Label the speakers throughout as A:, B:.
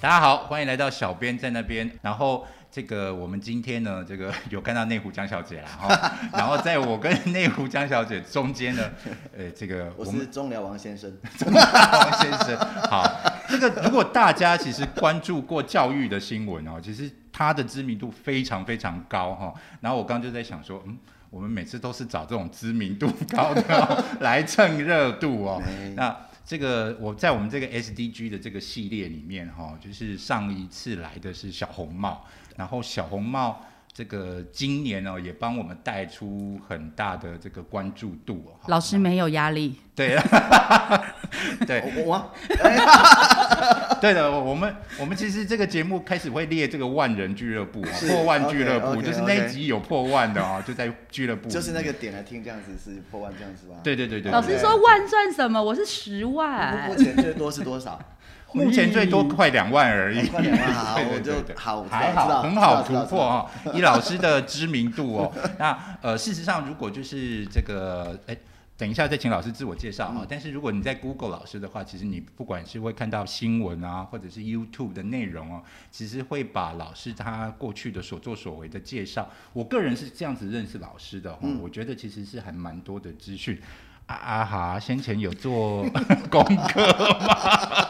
A: 大家好，欢迎来到小编在那边。然后这个我们今天呢，这个有看到内湖江小姐啦，哈，然后在我跟内湖江小姐中间 呢，呃，这个
B: 我
A: 我们
B: 是中疗王 先生，
A: 王先生。好，这个如果大家其实关注过教育的新闻哦，其实它的知名度非常非常高哈、然后我刚刚就在想说，嗯，我们每次都是找这种知名度高的、哦、来蹭热度哦。
B: 没
A: 那这个我在我们这个 SDG 的这个系列里面哈、就是上一次来的是小红帽，然后小红帽这个今年哦也帮我们带出很大的这个关注度哦。
C: 老师没有压力，
A: 对 对，
B: 我我吗
A: 对的，我我们我们其实这个节目开始会列这个万人俱乐部、哦，
B: 是
A: 破万俱乐部
B: OK，OK，
A: 就是那一
B: OK
A: 集有破万的哦，就在俱乐部，
B: 就是那个点来听这样子是破万这样子吧？
A: 对对对对。
C: 老
A: 对
C: 师说万算什么？我是十万
B: 目，目前最多是多少？
A: 目前最多快两万而已，
B: 快两万，好，
A: 哎对对
B: 我就
A: 对对
B: 好，我知道
A: 还
B: 知道
A: 好，很好
B: 知
A: 突
B: 道
A: 破哦，以老师的知名度哦。 那呃，事实上，如果就是这个，哎，等一下再请老师自我介绍
B: 嗯
A: 啊、哦。但是如果你在 Google 老师的话，其实你不管是会看到新闻啊，或者是 YouTube 的内容哦，其实会把老师他过去的所作所为的介绍。我个人是这样子认识老师的、哦，
B: 嗯
A: 我觉得其实是还蛮多的资讯。啊啊哈，先前有做 功课。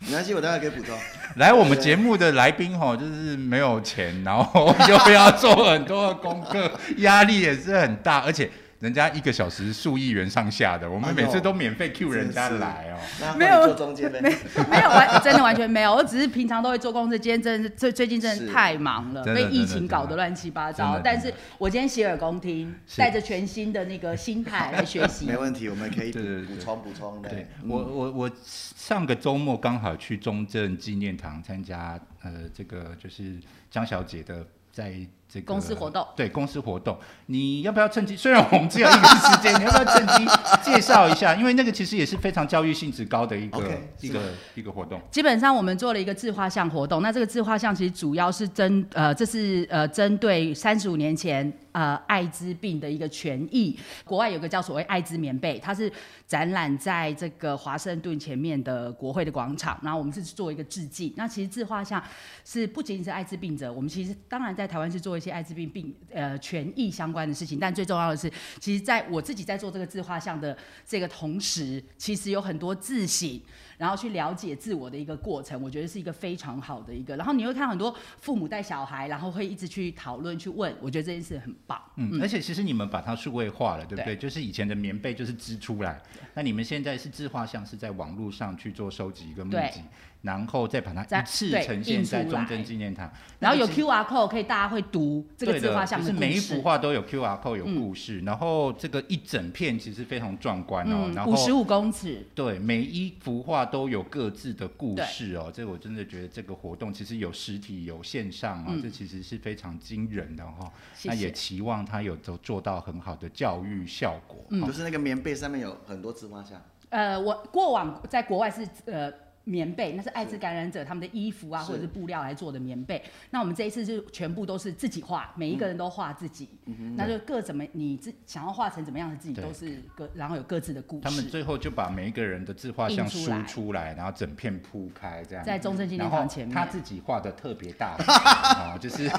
B: 没关系，我待会可以补充。
A: 来我们节目的来宾吼，就是没有钱，然后又要做很多的功课，压力也是很大，而且人家一个小时数亿元上下的，我们每次都免费 Q 人家来哦。
B: 那
C: 没有
B: 坐中间呗。
C: 没有完，真的完全没有。我只是平常都会做功课，今天真的是最最近真
B: 是
C: 的太忙了，
A: 真的
C: 被疫
A: 真的
C: 情搞得乱七八
A: 真
C: 糟
A: 的。
C: 但
A: 真
C: 是我今天洗耳恭听，
A: 是
C: 带着全新的那个心态来学习
B: 没。问题，我们可以
A: 对对对
B: 补充补充的嗯
A: 对。我我我上个周末刚好去中正纪念堂参加呃这个就是江小姐的在这个
C: 公司活动，
A: 对公司活动，你要不要趁机？ 虽然我们只有一个时间，你要不要趁机介绍一下？因为那个其实也是非常教育性质高的一个
B: OK，
A: 一
B: 是吗
A: 个一个活动。
C: 基本上我们做了一个自画像活动，那这个自画像其实主要是针呃，这是呃针对三十五年前呃艾滋病的一个权益。国外有个叫所谓艾滋棉被，它是展览在这个华盛顿前面的国会的广场，然后我们是做一个致敬。那其实自画像是不仅仅是艾滋病者，我们其实当然在台湾是做一些艾滋病病呃权益相关的事情，但最重要的是，其实在我自己在做这个自画像的这个同时，其实有很多自省，然后去了解自我的一个过程，我觉得是一个非常好的一个。然后你会看很多父母带小孩，然后会一直去讨论去问，我觉得这件事很棒。
A: 嗯，而且其实你们把它数位化了，对不对？就是以前的棉被就是织出来，那你们现在是自画像，是在网络上去做收集跟募
C: 对
A: 集，然后再把它
C: 再
A: 一次
C: 对
A: 呈现
C: 印出
A: 在中正
C: 来
A: 纪念堂，
C: 然后有
A: 那个其实
C: QR code 可以大家会读这个
A: 对
C: 自
A: 的
C: 画像
A: 就是
C: 故
A: 每一幅
C: 事。嗯
A: 画都有 QR code 有故事，然后这个一整片其实非常壮观哦，然后
C: 嗯五十五公尺，
A: 对，每一幅画都有各自的故事哦，这我真的觉得这个活动其实有实体有线上啊、
C: 嗯
A: 这其实是非常惊人的哈、哦。
C: 谢
A: 那
C: 谢
A: 也期望它有都做到很好的教育效果。
B: 嗯，就是那个棉被上面有很多枝花下，
C: 呃，我过往在国外是呃棉被，那是艾滋感染者他们的衣服啊
B: 是
C: 或者是布料来做的棉被。那我们这一次是全部都是自己画，每一个人都画自己，那就各怎么你自想要画成怎么样的自己
A: 嗯对
C: 都是各，然后有各自的故事。
A: 他们最后就把每一个人的自画像
C: 印出来
A: 梳出来，然后整片铺开这样，
C: 在中正纪念
A: 然后
C: 堂前面
A: 他自己画的特别 大啊、就是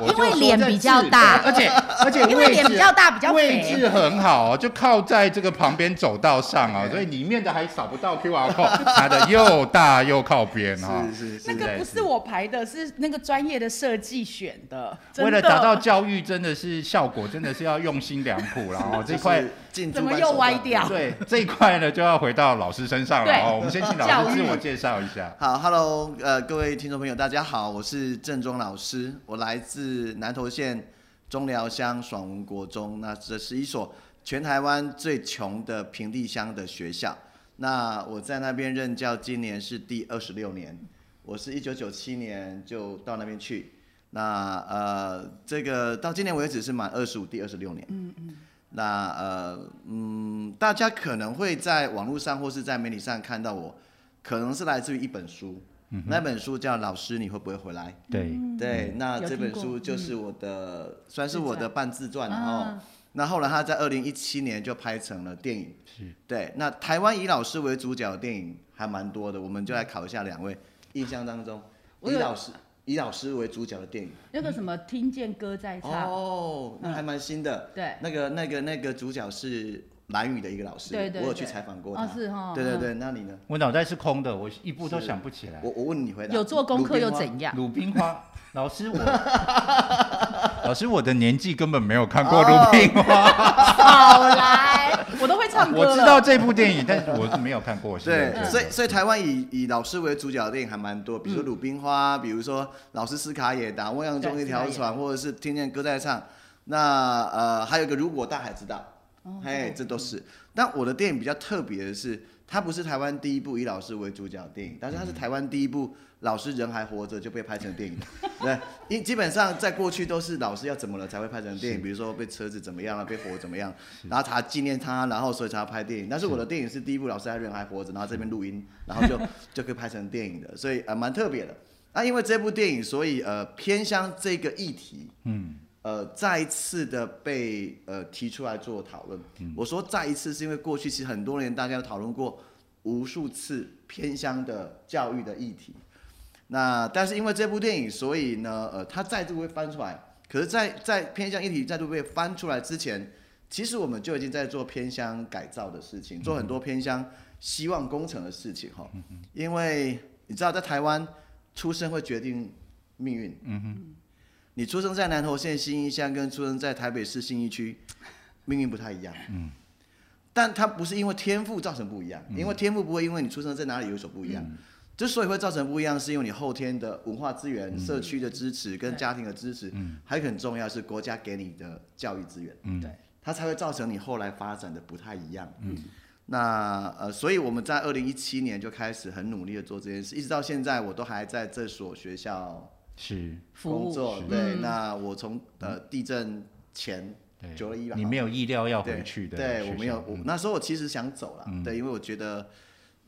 A: 我就
C: 因为
A: 说
C: 脸
A: 这
C: 比
A: 字
C: 较大
A: 对而且而且
C: 因
A: 位
C: 为脸
A: 置
C: 比较大，比较
A: 位
C: 肥。
A: 置很好哦，就靠在这个旁边走道上哦，所以里面的还扫不到 QR code，它的又大又靠边哈、哦。
B: 是是是
C: 那，个不是我排的，是那个专业的设计选的。真
A: 为
C: 的
A: 了达到教育，真的是效果，真的是要用心良苦了 哦。这块
B: 就是进
C: 怎
B: 主
C: 么
B: 管
C: 又
B: 手
C: 歪
B: 段
C: 掉
A: 对这一块呢，就要回到老师身上了哦。
C: 对
A: 我们先请老
C: 教
A: 师
C: 育
A: 自我介绍一下。
B: 好，Hello，呃，各位听众朋友，大家好，我是郑忠老师，我来自南投县中寮乡爽文国中，那这是一所全台湾最穷的平地乡的学校。那我在那边任教，今年是第二十六年，我是一九九七年就到那边去。那呃，这个到今年为止是满二十五，第二十六年。嗯嗯。那呃嗯，大家可能会在网络上或是在媒体上看到我，可能是来自于一本书，那本书叫《老师你会不会回来》。
A: 对，
B: 对，那
C: 有
B: 这
C: 听
B: 本
C: 过
B: 书就
C: 嗯
B: 是我的，算是
C: 自
B: 我的
C: 传
B: 半自传了哦。
C: 啊
B: 那后来他在二零一七年就拍成了电影，对。那台湾以老师为主角的电影还蛮多的，我们就来考一下两位印象当中
C: 我
B: 以
C: 有
B: 老师以老师为主角的电影。
C: 那个什么听见歌在唱，
B: 哦，
C: 嗯
B: 那还蛮新的。
C: 对
B: 那个那个那个主角是蓝宇的一个老师，
C: 对对
B: 我有去
C: 对
B: 采访过他。
C: 哦是哈，
B: 对对
C: 嗯，
B: 对，那你呢？
A: 我脑袋是空的，我一步都
B: 是
A: 想不起来
B: 我。我问你回答。
C: 有做功课又
B: 鲁冰花
C: 怎样？
A: 鲁冰花，老师 我，老师我的年纪根本没有看
C: 哦
A: 过鲁冰花，
C: 好来，我都会唱歌
A: 我
B: 啊
C: 了
A: 知道这部电影，但是我是没有看过。是的
C: 嗯
B: 对，所以所以台湾以以老师为主角的电影还蛮多，比如说《鲁冰花》，比如说《老师斯卡也达》《汪洋中一条
C: 对斯
B: 船》，或者是《听见歌在唱》。那呃，还有一个《如果大海知道》
C: 哦
B: 嘿，这都是。但我的电影比较特别的是，它不是台湾第一部以老师为主角的电影，但是它
C: 嗯
B: 是台湾第一部老师人还活着就被拍成电影。对，因基本上在过去都是老师要怎么了才会拍成电影，比如说被车子怎么样啊了，被火怎么样，然后他纪念他，然后所以才要拍电影。但是我的电影是第一部老师还人还活着，然后这边录音，然后就就可以拍成电影的，所以呃蛮特别的。那、因为这部电影，所以呃偏向这个议题，呃，再一次的被呃提出来做讨论。我说再一次是因为过去其实很多年大家有讨论过无数次偏乡的教育的议题。那但是因为这部电影，所以呢，呃，它再度被翻出来。可是在，在偏乡议题再度被翻出来之前，其实我们就已经在做偏乡改造的事情，做很多偏乡希望工程的事情哈。因为你知道，在台湾出生会决定命运。你出生在南投县新义乡，跟出生在台北市信义区，命运不太一样。嗯，但它不是因为天赋造成不一样，因为天赋不会因为你出生在哪里有所不一样。之所以会造成不一样，是因为你后天的文化资源、社区的支持跟家庭的支持，还有一个很重要是国家给你的教育资源，
A: 嗯
C: 对，
B: 它才会造成你后来发展的不太一样。嗯，那呃，所以我们在二零一七年就开始很努力的做这件事，一直到现在，我都还在这所学校
A: 是，
C: 服
B: 工
C: 务
B: 作。
C: 嗯
B: 对，那我从呃地震前
A: 对
B: 九二一吧，
A: 你没有意料要
B: 对
A: 回去的学校，
B: 对我没有，我
A: 嗯
B: 那时候我其实想走了，对，因为我觉得。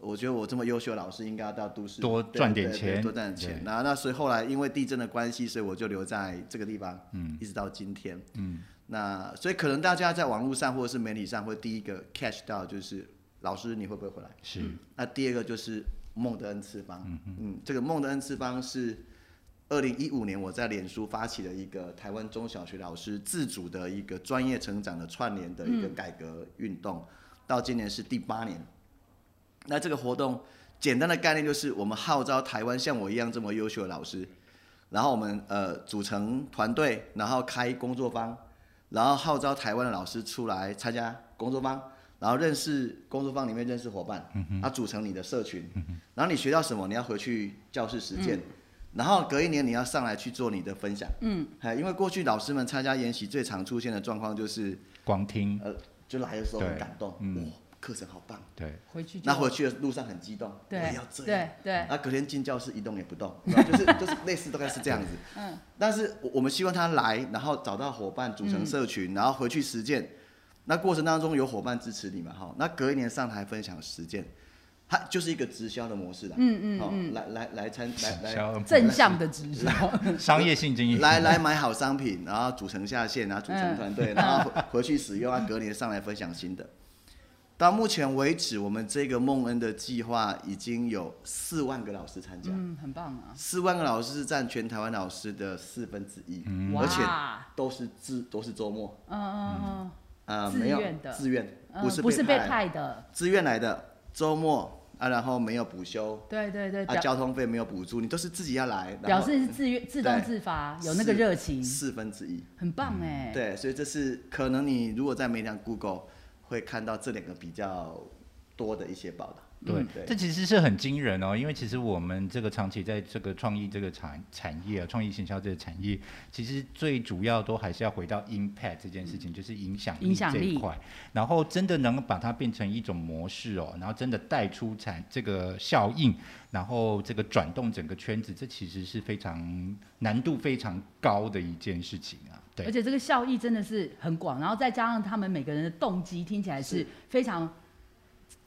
B: 我觉得我这么优秀的老师应该要到都市
A: 多
B: 对
A: 赚点
B: 对对
A: 钱
B: 多赚点钱。那那所以后来因为地震的关系，所以我就留在这个地方，嗯，一直到今天，嗯。那所以可能大家在网络上或者是媒体上会第一个 catch 到就是老师你会不会回来？
A: 是
B: 嗯那第二个就是梦的恩赐方，嗯这个梦的恩赐方是二零一五年我在脸书发起的一个台湾中小学老师自主的一个专业成长的串联的一个改革运动，到今年是第八年。那这个活动简单的概念就是，我们号召台湾像我一样这么优秀的老师，然后我们呃组成团队，然后开工作坊，然后号召台湾的老师出来参加工作坊，然后认识工作坊里面认识伙伴，
A: 嗯
B: 啊，组成你的社群，然后你学到什么，你要回去教室实践。然后隔一年你要上来去做你的分享，嗯，哎，因为过去老师们参加研习最常出现的状况就是，
A: 光听，
B: 呃，就来的时候很
A: 对
B: 感动，
A: 嗯
B: 哇，课程好棒，
A: 对，
C: 回去就
B: 那回去的路上很激动，我
C: 对
B: 也要这样，嗯
C: 对对，
B: 那隔天进教室一动也不动，是吧就是就是类似大概是这样子。 嗯，但是我我们希望他来，然后找到伙伴组成社群，然后回去实践。那过程当中有伙伴支持你嘛？哈，那隔一年上台分享实践，它就是一个直销的模式啦。嗯嗯嗯，来来来参来来
A: 销
C: 正向的指示，
A: 商业性经营，
B: 来来买好商品，然后组成下线，然后组成团队，然后回回去使用啊，隔年上来分享新的。到目前为止，我们这个梦恩的计划已经有四万个老师参加，
C: 嗯，很棒啊，
B: 四万个老师是占全台湾老师的四分之一，
C: 嗯哇
B: 而且都是自都是周末，
C: 嗯嗯嗯
B: 呃，
C: 自
B: 没有
C: 愿的
B: 自愿，
C: 嗯，
B: 不是
C: 不是被
B: 来的，
C: 派的，
B: 自愿来的周末啊，然后没有补休
C: 对对对，
B: 啊，
C: 表
B: 交通费没有补助，你都是自己要来，然
C: 表
B: 后
C: 示是自愿自动自发，有那个
B: 是
C: 热情，
B: 四分之一，
C: 很棒哎，
B: 对，所以这是可能你如果在媒体上 Google 会看到这两个比较多的一些报道，
C: 嗯
A: 对，
B: 对
A: 这其实是很惊人哦，因为其实我们这个长期在这个创意这个产产业啊，创意行销这个产业，其实最主要都还是要回到 impact 这件事情，就是影响
C: 嗯影
A: 力
C: 响
A: 这一
C: 力
A: 块，然后真的能把它变成一种模式哦，然后真的带出产这个效应，然后这个转动整个圈子，这其实是非常难度非常高的一件事情啊，对
C: 而。且这个效益真的是很广，然后再加上他们每个人的动机，听起来是非常，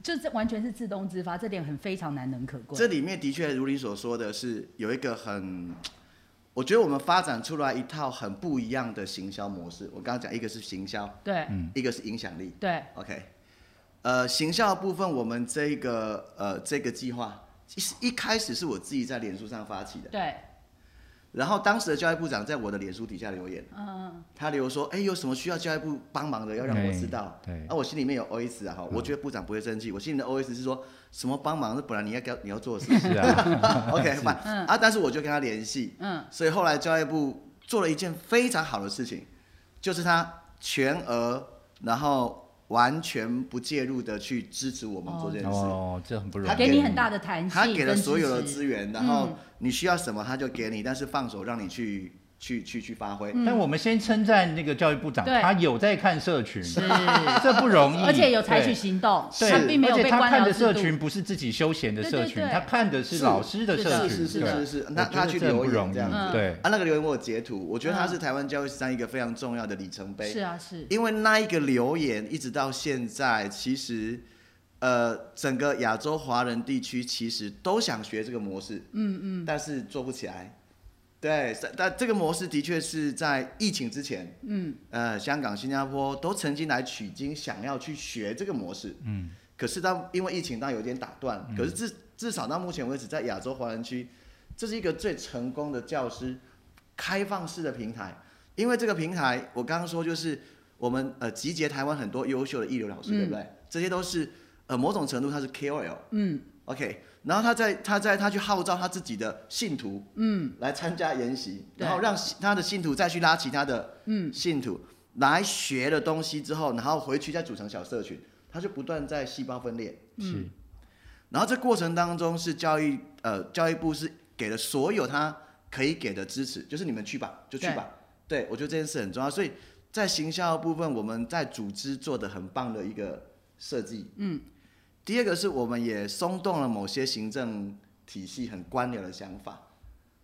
C: 就是完全是自动自发，这点很非常难能可贵。
B: 这里面的确如你所说的是有一个很我觉得我们发展出来一套很不一样的行销模式。我刚刚讲，一个是行销，
C: 对
A: 嗯
B: 一个是影响力。
C: 对
B: OK，呃，行销的部分，我们这个呃这个计划，其实一开始是我自己在脸书上发起的，
C: 对，
B: 然后当时的教育部长在我的脸书底下留言，嗯，他留说，哎，有什么需要教育部帮忙的，要让我知道。
A: 对，嗯
B: 啊，我心里面有 OS 啊，哈，我觉得部长不会生气。我心里的 OS 是说什么帮忙？那本来你要该你要做的事情。
A: 是啊，
B: OK，反啊，但是我就跟他联系，嗯，所以后来教育部做了一件非常好的事情，就是他全额，然后完全不介入的去支持我们做这件事。
A: 哦，这很不容易，
B: 他
C: 给你很大的弹性，
B: 他给了所有的资
C: 源，
B: 源，然后你需要什么他就给你，但是放手让你去去去去发挥。
A: 但我们先称赞那个教育部长，
C: 嗯对
A: 他有在看社群，
C: 是，
A: 这不容易，
C: 而且有采取
A: 对
C: 行动，
A: 对，
C: 他并没有
A: 而
C: 被
A: 且他
C: 关
A: 看
C: 掉
A: 的
C: 制
A: 社
C: 度
A: 群不是自己休闲的社
C: 对
A: 群
C: 对，对
A: 他看的是
B: 是
A: 老师的
C: 是
A: 社
C: 的
A: 群，
B: 是是
A: 对
B: 是是，
A: 我
B: 那
A: 觉
B: 他
A: 得
B: 去
A: 这很
B: 留
A: 不容
B: 言
A: 易
B: 这样子，
C: 嗯
A: 对，
B: 啊，那个留言我有截图，我觉得他
C: 嗯
B: 是台湾教育史上一个非常重要的里程碑。
C: 是啊是，
B: 因为那一个留言一直到现在，其实，呃，整个亚洲华人地区其实都想学这个模式，嗯嗯，但是做不起来。对，但但这个模式的确是在疫情之前，嗯，呃，香港、新加坡都曾经来取经，想要去学这个模式，嗯，可是当因为疫情，当然有点打断，可是至至少到目前为止，在亚洲华人区，这是一个最成功的教师开放式的平台，因为这个平台，我刚刚说就是我们呃集结台湾很多优秀的一流老师，对不对？这些都是呃某种程度他是 KOL，
C: 嗯
B: OK，然后他在他在他去号召他自己的信徒，嗯，来参加研习，
C: 对
B: 然后让信他的信徒再去拉其他的嗯信徒来学了东西之后，然后回去再组成小社群，他就不断在细胞分裂。
C: 嗯
A: 是
B: 然后这过程当中是教育呃教育部是给了所有他可以给的支持，就是你们去吧，就去吧。对我觉得这件事很重要，所以在行销的部分，我们在组织做的很棒的一个设计。嗯，第二个是我们也松动了某些行政体系很官僚的想法。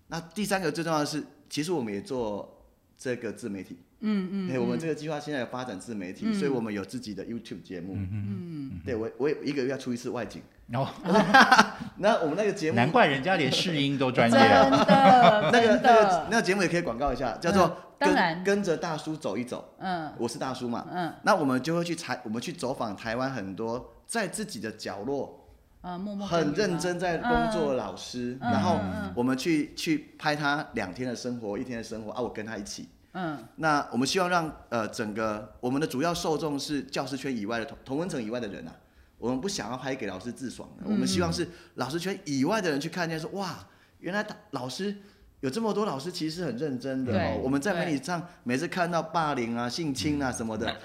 B: 那第三个最重要的是，其实我们也做这个自媒体。嗯嗯，对，我们这个计划现在有发展自媒体，
C: 嗯
B: 所以我们有自己的 YouTube 节目。嗯嗯，哦对我我也一个月要出一次外景。
A: 然后
B: 那我们那个节目，
A: 难怪人家连试音都专
C: 真
A: 业，
C: 的，
B: 那个
C: 真
B: 那个
C: 的，
B: 那个节目也可以广告一下，叫做
C: 嗯当
B: 跟、
C: 然
B: 跟着大叔走一走。
C: 嗯
B: 我是大叔嘛，
C: 嗯
B: 那我们就会去采，我们去走访台湾很多在自己的角落
C: 呃，默啊默耕
B: 很
C: 耘
B: 认
C: 吗
B: 真在工作的老师，
C: 嗯
B: 然后
C: 嗯
B: 我们去去拍他两天的生活，一天的生活啊，我跟他一起。
C: 嗯
B: 那我们希望让呃整个我们的主要受众是教师圈以外的同同文层以外的人啊，我们不想要拍给老师自爽的，我们
C: 嗯
B: 希望是老师圈以外的人去看见说哇，原来老师有这么多老师其实是很认真的
C: 对
B: 哦。我们在媒体上每次看到霸凌啊、性侵啊什么 的，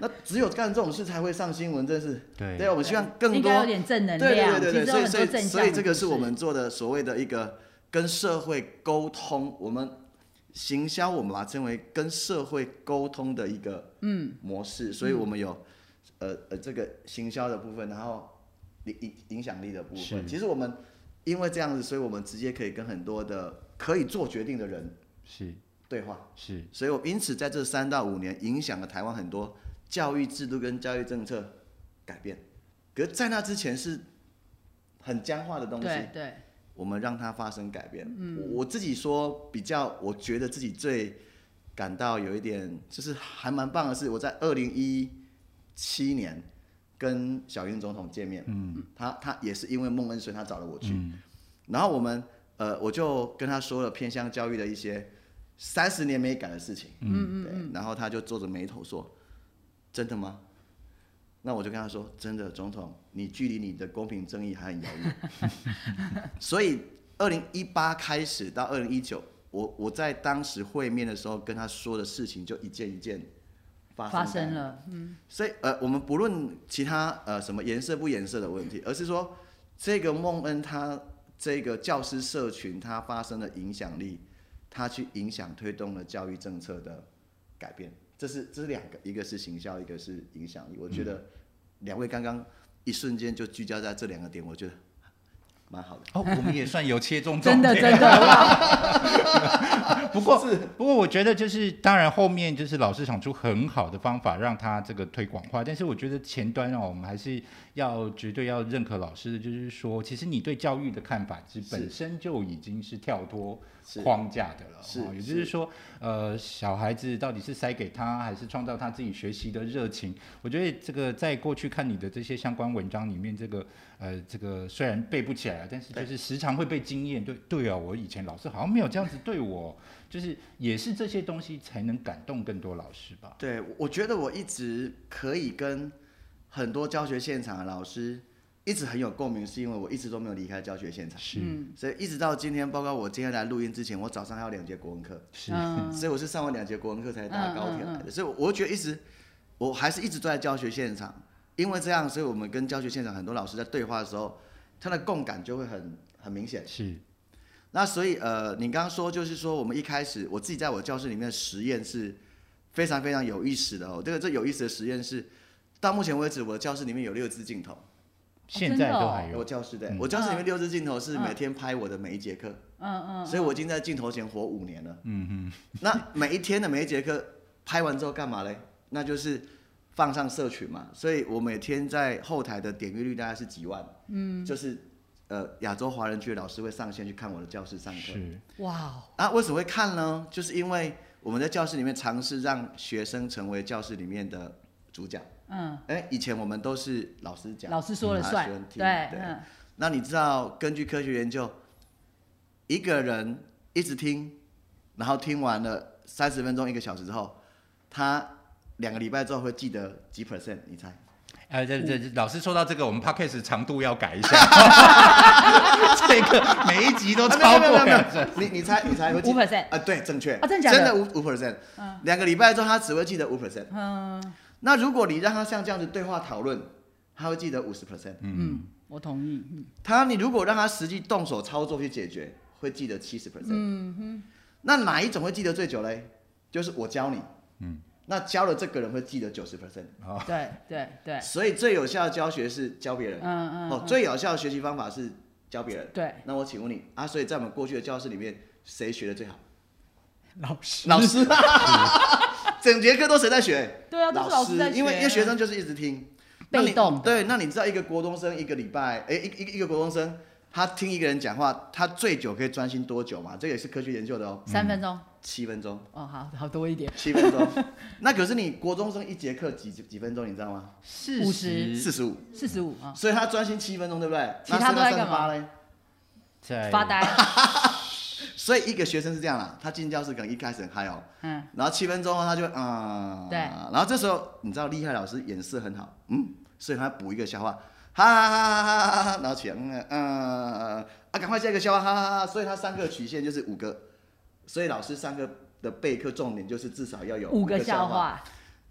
B: 那只有干这种事才会上新闻，真是。
A: 对
B: 对，我们希望更
C: 应
B: 多
C: 该有点正能
B: 对
C: 量，
B: 对
C: 其
B: 对对
C: 实
B: 所以所以
C: 有很多正向的故事，
B: 所以这个是我们做的所谓的一个跟社会沟通，我们行销我们把它称为跟社会沟通的一个嗯模式，所以我们有呃呃这个行销的部分，然后影影影响力的部
A: 是
B: 分。其实我们因为这样子，所以我们直接可以跟很多的可以做决定的人
A: 是
B: 对话。
A: 是
B: 所以我因此在这三到五年影响了台湾很多教育制度跟教育政策改变，可是在那之前是很僵化的东西，
C: 对对，
B: 我们让它发生改变。我我自己说比较，我觉得自己最感到有一点就是还蛮棒的是，我在二零一七年跟小英总统见面，嗯，他他也是因为孟恩，所以他找了我去，然后我们呃我就跟他说了偏向教育的一些三十年没改的事情，嗯嗯，然后他就皱着眉头说：“真的吗？”那我就跟他说：“真的，总统，你距离你的公平正义还很遥远。” 所以，二零一八开始到二零一九，我我在当时会面的时候跟他说的事情，就一件一件发生
C: 发
B: 在
C: 生了，
B: 所以呃，我们不论其他呃什么颜色不颜色的问题，而是说这个孟恩他这个教师社群他发生的影响力，他去影响推动了教育政策的改变。这是这是两个，一个是行销，一个是影响力。我觉得两位刚刚一瞬间就聚焦在这两个点，我觉得蛮好的。
A: 哦，我们也算有切中重
C: 真的
A: 点
C: 真的哇，
A: 不过，不过我觉得就是，当然后面就是老师想出很好的方法让他这个推广化，但是我觉得前端哦，我们还是要绝对要认可老师的，就是说，其实你对教育的看法，其实
B: 是
A: 本身就已经是跳脱
B: 是
A: 框架的了。
B: 是
A: 哦也就是是说，呃，小孩子到底是塞给他，还是创造他自己学习的热情？我觉得这个在过去看你的这些相关文章里面，这个呃，这个虽然背不起来啊，但是就是时常会被惊艳。对对啊，我以前老师好像没有这样子对我，就是也是这些东西才能感动更多老师吧。
B: 对，我我觉得我一直可以跟很多教学现场的老师一直很有共鸣，是因为我一直都没有离开教学现场，
A: 是、
C: 嗯
B: 所以一直到今天，包括我今天来录音之前，我早上还有两节国文课，
A: 是，
C: 嗯
B: 所以我是上完两节国文课才搭高铁来
C: 嗯
B: 的，所以我觉得一直我还是一直都在教学现场，因为这样，所以我们跟教学现场很多老师在对话的时候，他的共感就会很很明显。
A: 是
B: 那所以呃，你刚刚说就是说，我们一开始我自己在我教室里面的实验是非常非常有意思的哦。这个这有意思的实验是，到目前为止我的教室里面有六支镜头，
A: 现在都还
B: 我
A: 有，
B: 教室的、哦
A: 嗯
B: 我教室里面六支镜头是每天拍我的每一节课，
C: 嗯嗯，
B: 所以我已经在镜头前活五年了。
A: 嗯嗯。
B: 那每一天的每一节课拍完之后干嘛嘞？那就是放上社群嘛。所以我每天在后台的点阅率大概是几万，嗯，就是呃亚洲华人区的老师会上线去看我的教室上课。
A: 是
C: 哇哦，
B: 啊，为什么会看呢？就是因为我们在教室里面尝试让学生成为教室里面的主角。
C: 嗯，
B: 哎，以前我们都是老师讲，
C: 老师说了
B: 嗯
C: 算
B: 老师听，
C: 对，
B: 对
C: 嗯
B: 那你知道，根据科学研究，一个人一直听，然后听完了三十分钟、一个小时之后，他两个礼拜之后会记得几 percent？你猜？
A: 哎，这
B: 嗯
A: 这老师说到这个，我们 podcast 长度要 改一下，这个每一集都
B: 啊
A: 超
B: 没有
A: 过
B: 没有没有
A: 两
B: 没有
A: 次。
B: 你你猜你猜会记
C: 5%
B: 啊？对，正确
C: 啊真的假的
B: 五五 percent，两个礼拜之后他只会记得五 percent。
C: 嗯
B: 那如果你让他像这样子对话讨论，他会记得五十 percent。
C: 嗯，我同意，嗯
B: 他你如果让他实际动手操作去解决，会记得七十 percent。嗯那哪一种会记得最久嘞？就是我教你。嗯。那教了这个人会记得九十 percent。
C: 对对对，
B: 所以最有效的教学是教别人。
C: 嗯嗯
B: 哦，最有效的学习方法是教别人。
C: 对，
B: 那我请问你啊，所以在我们过去的教室里面，谁学的最好？
A: 老师
B: 老师，啊整节课都谁在学？
C: 对啊，都是老师在学，
B: 因为因为学生就是一直听，那你
C: 被动
B: 对，那你知道一个国中生一个礼拜，哎、一一个一个国中生，他听一个人讲话，他最久可以专心多久嘛？这个也是科学研究的哦，
C: 嗯三分钟，
B: 七分钟，
C: 哦好好多一点，
B: 七分钟。 那可是你国中生一节课几几几分钟，你知道吗？
A: 四
C: 50
A: 十
B: 四十五，
C: 四十五啊，
B: 所以他专心七分钟，对不对？
C: 其他都在干嘛
B: 嘞？哎
A: 在
C: 发呆，
B: 所以一个学生是这样啦，他进教室可能一开始很嗨哦，
C: 嗯，
B: 然后七分钟后他就啊、
C: 对
B: 然后这时候你知道厉害老师眼色很好，嗯，所以他补一个笑话，哈哈哈哈哈哈，然后起来，嗯嗯啊，赶快下一个笑话，哈哈哈哈，所以他上课曲线就是五个，所以老师上课的备课重点就是至少要有
C: 五个
B: 个笑
C: 笑。话，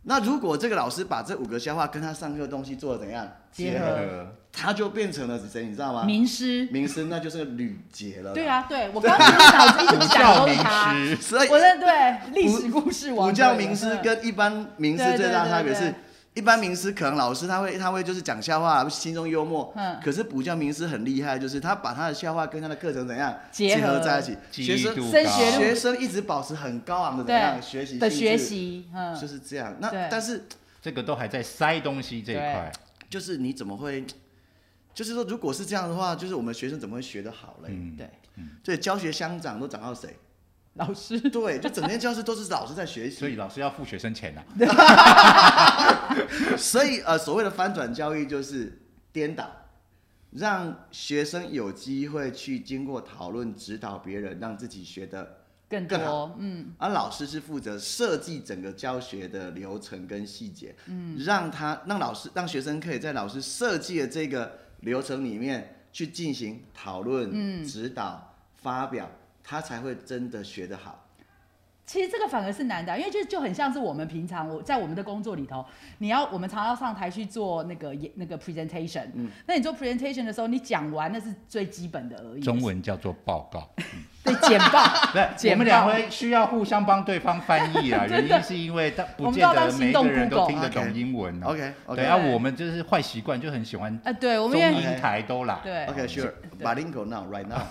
B: 那如果这个老师把这五个笑话跟他上课的东西做的怎样
C: 结合
B: 他就变成了谁，你知道吗？
C: 名师，
B: 名师，那就是个吕杰了。
C: 对，啊，对我刚刚脑子一直想
A: 教
C: 都
A: 名
C: 是他，
A: 师，
B: 所以
C: 我的对历史故事王，嗯
B: 补教名师跟一般名师最大的差别
C: 对对对
B: 是
C: 对，
B: 一般名师可能老师他会他会就是讲笑话，心中幽默。
C: 嗯
B: 可是补教名师很厉害，就是他把他的笑话跟他的课程怎样
C: 结合
B: 合在一起，
A: 记
B: 学
A: 忆
B: 生
A: 度
C: 升
A: 高
C: 学率
B: 学生一直保持很高昂的怎样
C: 对
B: 学习
C: 的
B: 兴
C: 学
B: 趣
C: 习，嗯，
B: 就是这样。那
C: 对
B: 但是
A: 这个都还在塞东西这一块，
B: 就是你怎么会？就是说，如果是这样的话，就是我们学生怎么会学得好嘞？
A: 嗯，
C: 对，
B: 对，教学相长都长到谁？
C: 老师
B: 对，就整间教室都是老师在学习，
A: 所以老师要付学生钱啊，
B: 所以呃，所谓的翻转教育就是颠倒，让学生有机会去经过讨论指导别人，让自己学的。
C: 更
B: 更
C: 多，嗯。
B: 而老师是负责设计整个教学的流程跟细节，嗯，让他让老师让学生可以在老师设计的这个流程里面去进行讨论、指导、发表，他才会真的学得好。
C: 其实这个反而是难的，啊因为就就很像是我们平常我在我们的工作里头，你要我们常要上台去做那个演那个 presentation，、那你
A: 嗯
C: 做 presentation 的时候，你讲完那是最基本的而已，
A: 中文叫做报 告。，
C: 对简报
A: 对，我
C: 简
A: 们
C: 报
A: 两位需要互相帮对方翻译啊，原因是因为他不见得每一个人都听得懂英文啊。
B: OK
A: 对
B: OK
A: 啊，我们就是坏习惯，就很喜欢
C: 呃，对我
A: 中
C: 们也
A: 英台都嗯来。
C: 对
B: OK sure，
C: 对
B: bilingual now right now。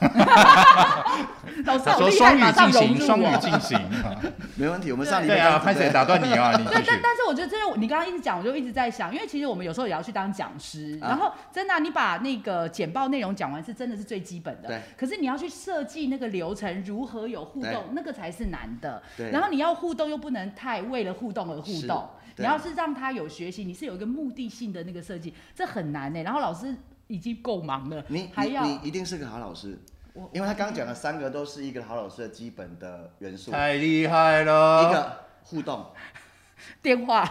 C: 老师
A: 他
C: 好
A: 说
C: 厉
A: 双
C: 害，
A: 语
C: 马上
A: 进行，
C: 融入
A: 双语
C: 我。
A: 进行。啊
B: 没问题，我们上礼
A: 对
B: 拜
A: 啊，
B: 刚
A: 潘谁打断你啊？你
C: 对
A: 继，
C: 但
A: 续。
C: 但是我觉得真的，你刚刚一直讲，我就一直在想，因为其实我们有时候也要去当讲师，
B: 啊
C: 然后真的啊、你把那个简报内容讲完是真的是最基本的
B: 对，
C: 可是你要去设计那个流程如何有互
B: 对
C: 动，那个才是难的。
B: 对
C: 然后你要互动又不能太为了互动而互
B: 是
C: 动，
B: 对
C: 你要是让他有学习，你是有一个目的性的那个设计，这很难呢、欸然后老师已经够忙了，
B: 你
C: 还
B: 你
C: 要
B: 你一定是个好老师
C: 我，
B: 因为他刚刚讲的三个都是一个好老师的基本的元素，一
A: 太厉害了！
B: 个互动，
C: 电话，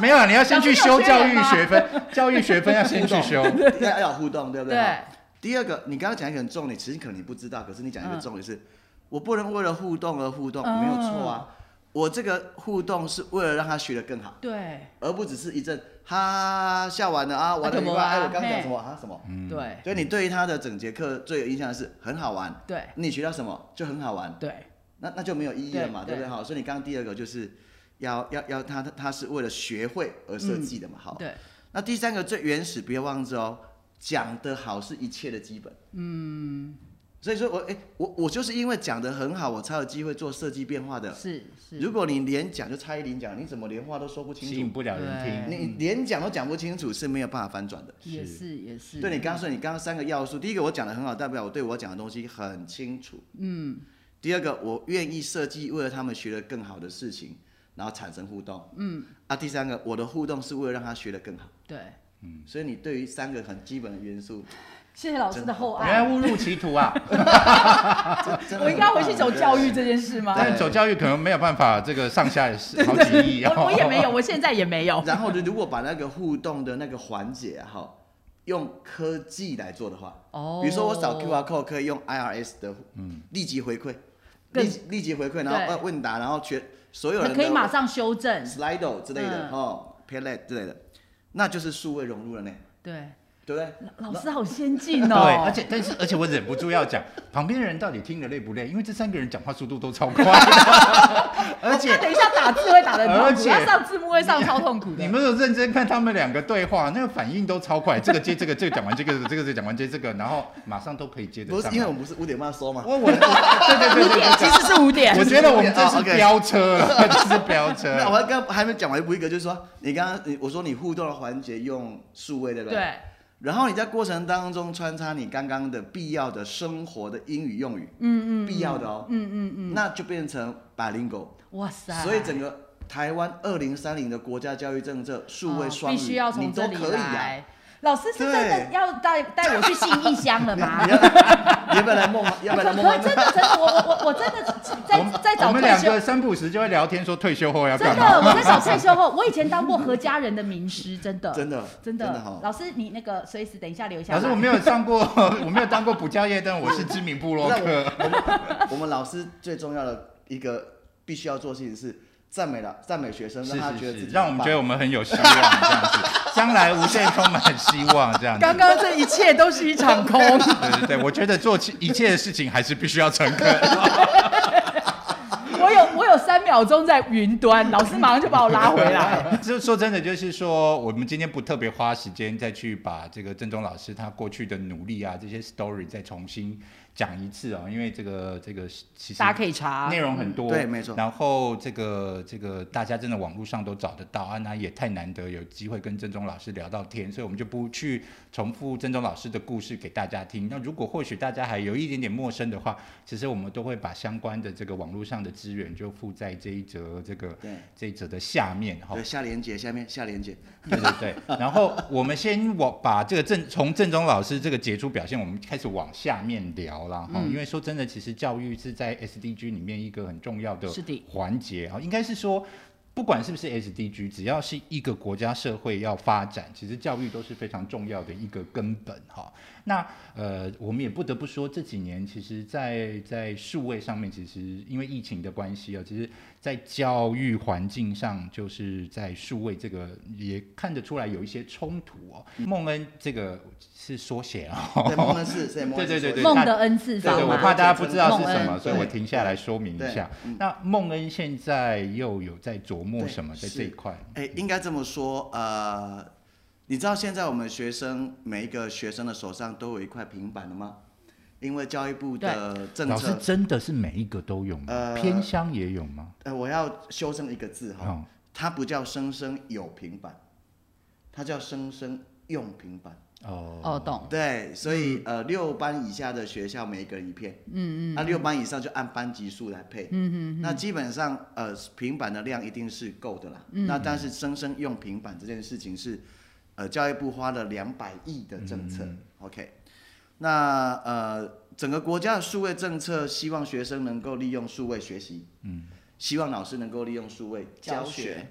A: 没有啊，你要先去修教育
C: 老师
A: 学分，教育学分要先去修。
B: 要要有互动，对啊不
C: 对
B: 对？第二个，你刚刚讲一个很重点，其实可能你不知道，可是你讲一个重点是，我不能为了互动而互动，
C: 嗯
B: 没有错啊。我这个互动是为了让他学得更好，
C: 对
B: 而不只是一阵哈笑完了啊，玩的愉
C: 干
B: 快。
C: 嘛啊
B: 哎，我刚刚讲
C: 嘿
B: 什么啊？什么？
A: 嗯
C: 对
B: 所以你对于他的整节课最有印象的是很好玩，
C: 对
B: 你学到什么就很好玩，
C: 对
B: 那那就没有意义了嘛，对
C: 对
B: 不对？好，所以你刚刚第二个就是要要要他他他是为了学会而设计的嘛，好。
C: 对，
B: 那第三个最原始，不要忘记哦，讲得好是一切的基本。嗯。所以说我哎、我我就是因为讲得很好，我才有机会做设计变化的。
C: 是是。
B: 如果你连讲就蔡依林讲，你怎么连话都说不
A: 吸
B: 清
A: 引
B: 楚？
A: 不了人
C: 对
A: 听。
B: 你连讲都讲不清楚是没有办法翻转的。
C: 也
A: 是
C: 是也是，
B: 对你刚刚说，你刚刚三个要素，第一个我讲的很好，代表我对我讲的东西很清楚。嗯。第二个，我愿意设计为了他们学得更好的事情，然后产生互动。嗯。啊，第三个，我的互动是为了让他学得更好。
C: 对，
B: 所以你对于三个很基本的元 素，
C: 谢谢老师的厚
A: 原来
C: 爱。
A: 误入歧途啊！
B: 真的
C: 我应该
B: 很棒
C: 回去走教育这件事吗？
A: 但走教育可能没有办法，这个上下是好几亿啊！
C: 我我也 没有，我现在也没有。
B: 然后如果把那个互动的那个环节哈、用科技来做的话，
C: 哦，
B: 比如说我扫 QR code 可以用 IRS 的立即回馈，
C: 更
B: 立立即回馈，然后
C: 对
B: 呃问答，然后全所有
C: 那
B: 人
C: 可以
B: 的
C: 马上修正。
B: Slido 之类的、
C: 嗯
B: 哦 p a l e t 之类的，那就是数位融入了呢，
C: 对，
B: 对不对？
C: 老师好先进哦。
A: 对，而且但是而且我忍不住要讲，旁边的人到底听得累不累？因为这三个人讲话速度都超快的而且
C: 他等一下打字会打的痛
A: 而
C: 苦，
A: 且
C: 他上字幕会上超痛苦的。
A: 你们有认真看他们两个对话，那个反应都超快，这个接这个，这个讲完这个，这个这个讲完接这个，然后马上都可以接得
B: 不
A: 上来。
B: 是因为我们不是五点半收嘛，
A: 我 我对对对
C: 五
A: 对
C: 点其实是五点
A: 对，我，觉得我们这是
B: OK
A: 飙车 了，这是飙 车
B: 没有，
A: 了。
B: 我刚还没讲完，补一个就是说，你刚刚你我说你互动的环节用数位，对不对？
C: 对，
B: 然后你在过程当中穿插你刚刚的必要的生活的英语用语，嗯嗯，必要的哦，嗯嗯嗯，那就变成 bilingual，
C: 哇塞！
B: 所以整个台湾二零三零的国家教育政策数位
C: 哦
B: 双语，
C: 必须要从
B: 你
C: 这
B: 都
C: 里
B: 可以啊。
C: 来。老师是真的
B: 对
C: 要带带我去信义乡了吗？
B: 你要不要来梦？啊要不要来梦
C: 可
B: 幻
C: 真？的真的，我我我我真的
A: 我
C: 在
A: 们
C: 在
A: 我
C: 找
A: 们
C: 退
A: 两
C: 休
A: 个，三不五时就会聊天，说退休后要
C: 真
A: 干
C: 的
A: 嘛。
C: 我在找退休后，我以前当过何家人的名师，真的
B: 真的
C: 真
B: 真的哈
C: 老师你那个随时等一下留一下
A: 老
C: 来。
A: 师，我没有上过， 我没有当过补教业，但我是知名部落
B: 那
A: 客。
B: 我们老师最重要的一个必须要做的事情是赞美了赞美学生，
A: 是
B: 让他
A: 是
B: 觉得自
A: 是，
B: 己
A: 让我
B: 很
A: 们
B: 棒
A: 觉得我们很有希望这样子，将来无限充满希望这样子。
C: 刚刚这一切都是一场空。
A: 对对对，我觉得做起一切的事情还是必须要诚 恳。
C: 我有我有三秒钟在云端，老师马上就把我拉回来。
A: 就说真的，就是说我们今天不特别花时间再去把这个郑中老师他过去的努力啊这些 story 再重新讲一次啊、因为这个这个其实
C: 大家可以查
A: 内容很多，
B: 啊对没错
A: 然后这个这个大家真的网络上都找得到啊，那也太难得有机会跟郑中老师聊到天，所以我们就不去重复郑中老师的故事给大家听。那如果或许大家还有一点点陌生的话，其实我们都会把相关的这个网络上的资源就附在这一则这个
B: 对
A: 这一则的下面哈
B: 对。下连接下面下 连接，
A: 对对对，然后我们先我把这个郑从郑中老师这个杰出表现，我们开始往下面聊啦。哈、因为说真的，其实教育是在 SDG 里面一个很重要的
C: 是的
A: 环节啊，应该是说。不管是不是 SDG，只要是一个国家社会要发展，其实教育都是非常重要的一个根本哈。那呃，我们也不得不说，这几年其实在，在数位上面，其实因为疫情的关系啊，其实，在教育环境上，就是在数位这个也看得出来有一些冲突哦。孟恩这个是缩写啊、
B: 对，梦恩是，对梦恩
A: 对对 对
B: 是
A: 对
C: 梦的 N
A: 对
C: 次方
A: 对，
C: 嘛，
A: 我怕大家不知道是什
C: 孟
A: 么，
C: 恩
A: 所以我停下来说明一
B: 对嗯
A: 下。那孟恩现在又有在琢磨
B: 对
A: 什么，在
B: 是
A: 这一块？
B: 哎、应该这么说，呃，你知道现在我们学生每一个学生的手上都有一块平板了吗？因为教育部的政
A: 老师
B: 策，
A: 真的是每一个都有吗？
B: 呃
A: 偏乡也有吗？
B: 呃，我要修正一个字哈，
A: 哦
B: 它不叫生生有平板，它叫生生用平板。
A: 哦
C: 哦，懂，
B: 对，所以、呃，六班以下的学校每个人一片，嗯嗯，那、六班以上就按班级数来配，嗯嗯，那基本上呃，平板的量一定是够的啦。那但是生生用平板这件事情是，呃，教育部花了两百亿的政策、o k 那呃，整个国家的数位政策希望学生能够利用数位学习，嗯，希望老师能够利用数位教
C: 教
B: 学
C: 学，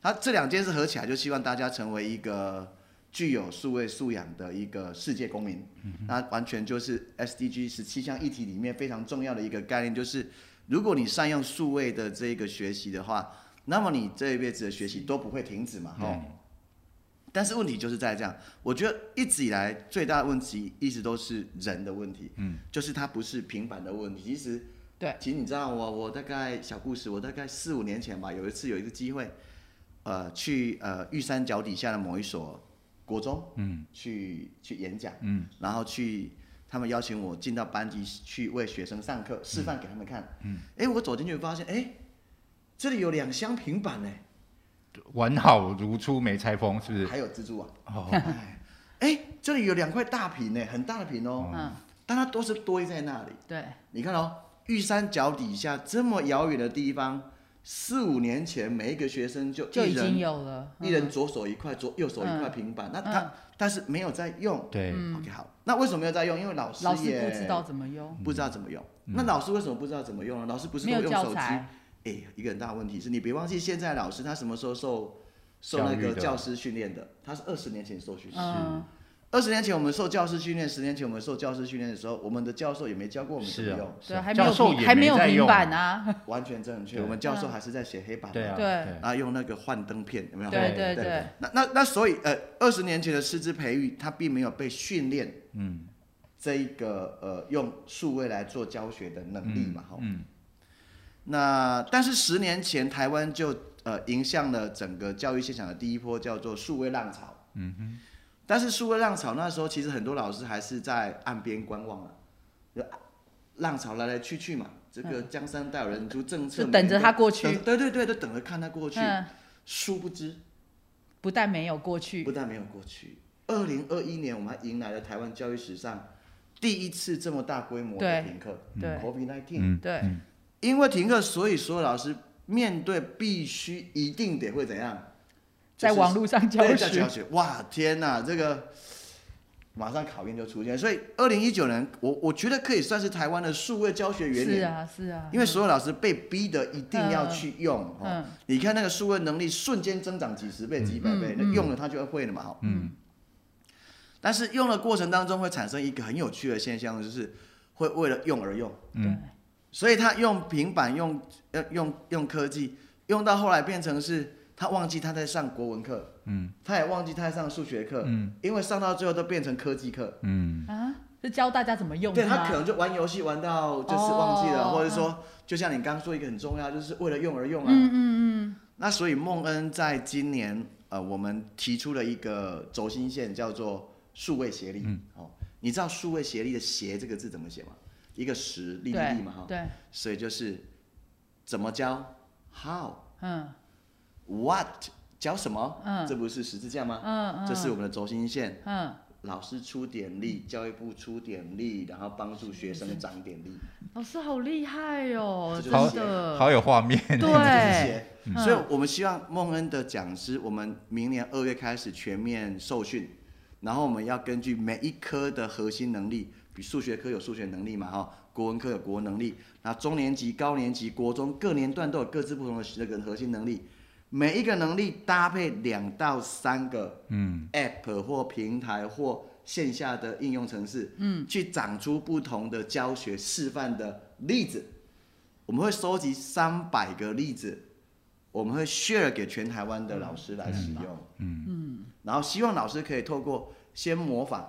B: 它这两件事合起来，就希望大家成为一个。具有数位素养的一个世界公民。那完全就是 SDG 十七项议题里面非常重要的一个概念，就是如果你善用数位的这个学习的话，那么你这一辈子的学习都不会停止嘛，哈、但是问题就是在这样，我觉得一直以来最大的问题一直都是人的问题，嗯，就是它不是平板的问题，其实。
C: 对，
B: 其实你知道我，我大概小故事，我大概四五年前吧，有一次有一个机会，呃，去呃玉山脚底下的某一所国中，嗯，去去演讲，嗯，然后去他们邀请我进到班级去为学生上课，示范给他们看，嗯，哎、我走进去发现，哎、这里有两箱平板呢、
A: 完好如初没拆封，是不是？
B: 还有蜘蛛网，
A: 哦，
B: 哎、诶这里有两块大屏呢、很大的屏哦，
C: 嗯，
B: 但它都是堆在那里。
C: 对，
B: 你看哦，玉山脚底下这么遥远的地方，四五年前每一个学生就
C: 就
B: 一
C: 已
B: 人
C: 经有嗯了，
B: 一人左手一块，左右手一块平板，那他、
C: 嗯
B: 但是没有在用。
A: 对，
B: OK，好，那为什么没有在用？因为老
C: 嗯
B: 师
C: 老师
B: 也
C: 不知道怎么用，
B: 不知道怎么用。
A: 嗯
B: 那老师为什么不知道怎么用呢？老师不是
C: 没
B: 都
C: 有
B: 用
C: 教
B: 手机？
C: 材
B: 哎，，一个很大的问题是你别忘记，现在老师他什么时候受受
A: 教
B: 那
A: 育
B: 个
A: 的
B: 教师训练的？他是二十年前受训。
C: 嗯，
B: 二十年前我们受教师训练，十年前我们受教师训练的时候，我们的教授也没教过我们怎
A: 是
B: 么
A: 啊
B: 用，，
A: 是
C: 对，
A: 啊
C: 还没
A: 教
C: 有
A: 授
C: 平
A: 也
C: 还没有
A: 在
C: 平
A: 用
C: 板，啊，
B: 完全正确。
A: 对
B: 我们教授
C: 嗯
B: 还是在写黑板嘛，
A: 对啊，
C: 对
B: 啊，用那个幻灯片有没有？
A: 对
C: 对对
A: 对
C: 对，
B: 那那那所以呃，二十年前的师资培育，它并没有被训练，嗯，这一个呃用数位来做教学的能力嘛，哈、
A: 嗯，
B: 那但是十年前台湾就呃迎向了整个教育现场的第一波叫做数位浪潮，嗯哼。但是数位浪潮那时候其实很多老师还是在岸边观望了，就浪潮来来去去嘛，这个江山代有人出政策
C: 就
B: 每
C: 等
B: 年
C: 着
B: 都
C: 它过去
B: 嗯等对对对，都等着看它过去。
C: 嗯，
B: 殊不知，
C: 不但没有过去，
B: 不但没有过去，二零二一年我们还迎来了台湾教育史上第一次这么大规模的
C: 对
B: 停课
C: 对
B: ，COVID nineteen。
A: 嗯
C: 对，
B: 因为停课，所以所有老师面对必须一定得会怎样？
C: 在网络上教
B: 对在
C: 学
B: 教，学。哇，天哪，这个马上考验就出现。所以，二零一九年，我我觉得可以算是台湾的数位教学元
C: 是
B: 年，
C: 啊是啊，
B: 因为所有老师被逼的一定要去用。哦
C: 嗯，
B: 你看那个数位能力瞬间增长几十倍、几百倍，
C: 嗯
B: 那用了他就会会了嘛，哈。嗯。但是用的过程当中会产生一个很有趣的现象，就是会为了用而用，
A: 嗯
C: 对，
B: 所以他用平板、用呃用用科技，用到后来变成是他忘记他在上国文课，嗯，他也忘记他在上数学课，嗯，因为上到最后都变成科技课，
A: 嗯
C: 啊，是教大家怎么用，
B: 对
C: 是
B: 他
C: 吗
B: 可能就玩游戏玩到就是忘记了，
C: 哦
B: 或者说，就像你刚刚说一个很重要，就是为了用而用啊。
C: 嗯嗯嗯，
B: 那所以孟恩在今年呃，我们提出了一个轴心线，叫做数位协
C: 嗯
B: 力。哦，你知道数位协力的“协”这个字怎么写吗？一个十力的力嘛哈
C: 对，，对，
B: 所以就是怎么教，how
C: 嗯
B: what 教什么？
C: 嗯
B: 这不是十字架吗？
C: 嗯嗯，
B: 这是我们的轴心线。
C: 嗯，
B: 老师出点力，教育部出点力，然后帮助学生长点力，
C: 老师好厉害哦，
B: 这
C: 真
B: 就是
C: 的，
A: 好有画面，
B: 这是
C: 对，
B: 协。所以我们希望孟恩的讲师，我们明年二月开始全面受训，然后我们要根据每一科的核心能力，比数学科有数学能力嘛，哈、国文科有国文能力，那中年级、高年级、国中各年段都有各自不同的那个核心能力，每一个能力搭配两到三个嗯 app 或平台或线下的应用程式，嗯，去长出不同的教学示范的例子。我们会收集三百个例子，我们会 share 给全台湾的老师来使用。嗯嗯，然后希望老师可以透过先模仿，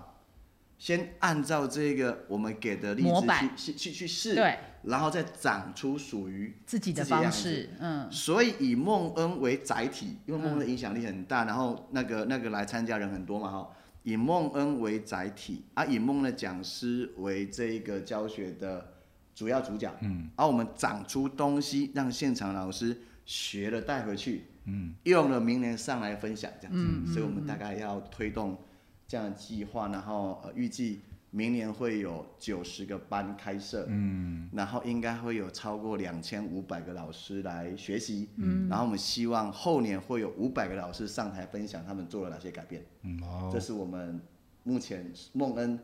B: 先按照这个我们给的例
C: 模
B: 子
C: 板
B: 去去去去试，
C: 对
B: 然后再长出属于
C: 自己的
B: 自己的
C: 方
B: 样子
C: 式，嗯，
B: 所以以孟恩为载体，因为孟恩的影响力很大，然后那个那个来参加人很多嘛哈。以孟恩为载体，啊，以孟的讲师为这一个教学的主要主角，嗯，而、我们长出东西，让现场老师学了带回去，嗯，用了明年上来分享这样子，所以我们大概要推动这样的计划，然后呃预计明年会有九十个班开设，嗯，然后应该会有超过两千五百个老师来学习，嗯，然后我们希望后年会有五百个老师上台分享他们做了哪些改变，
A: 嗯
B: 这
A: 哦，
B: 是我们目前梦恩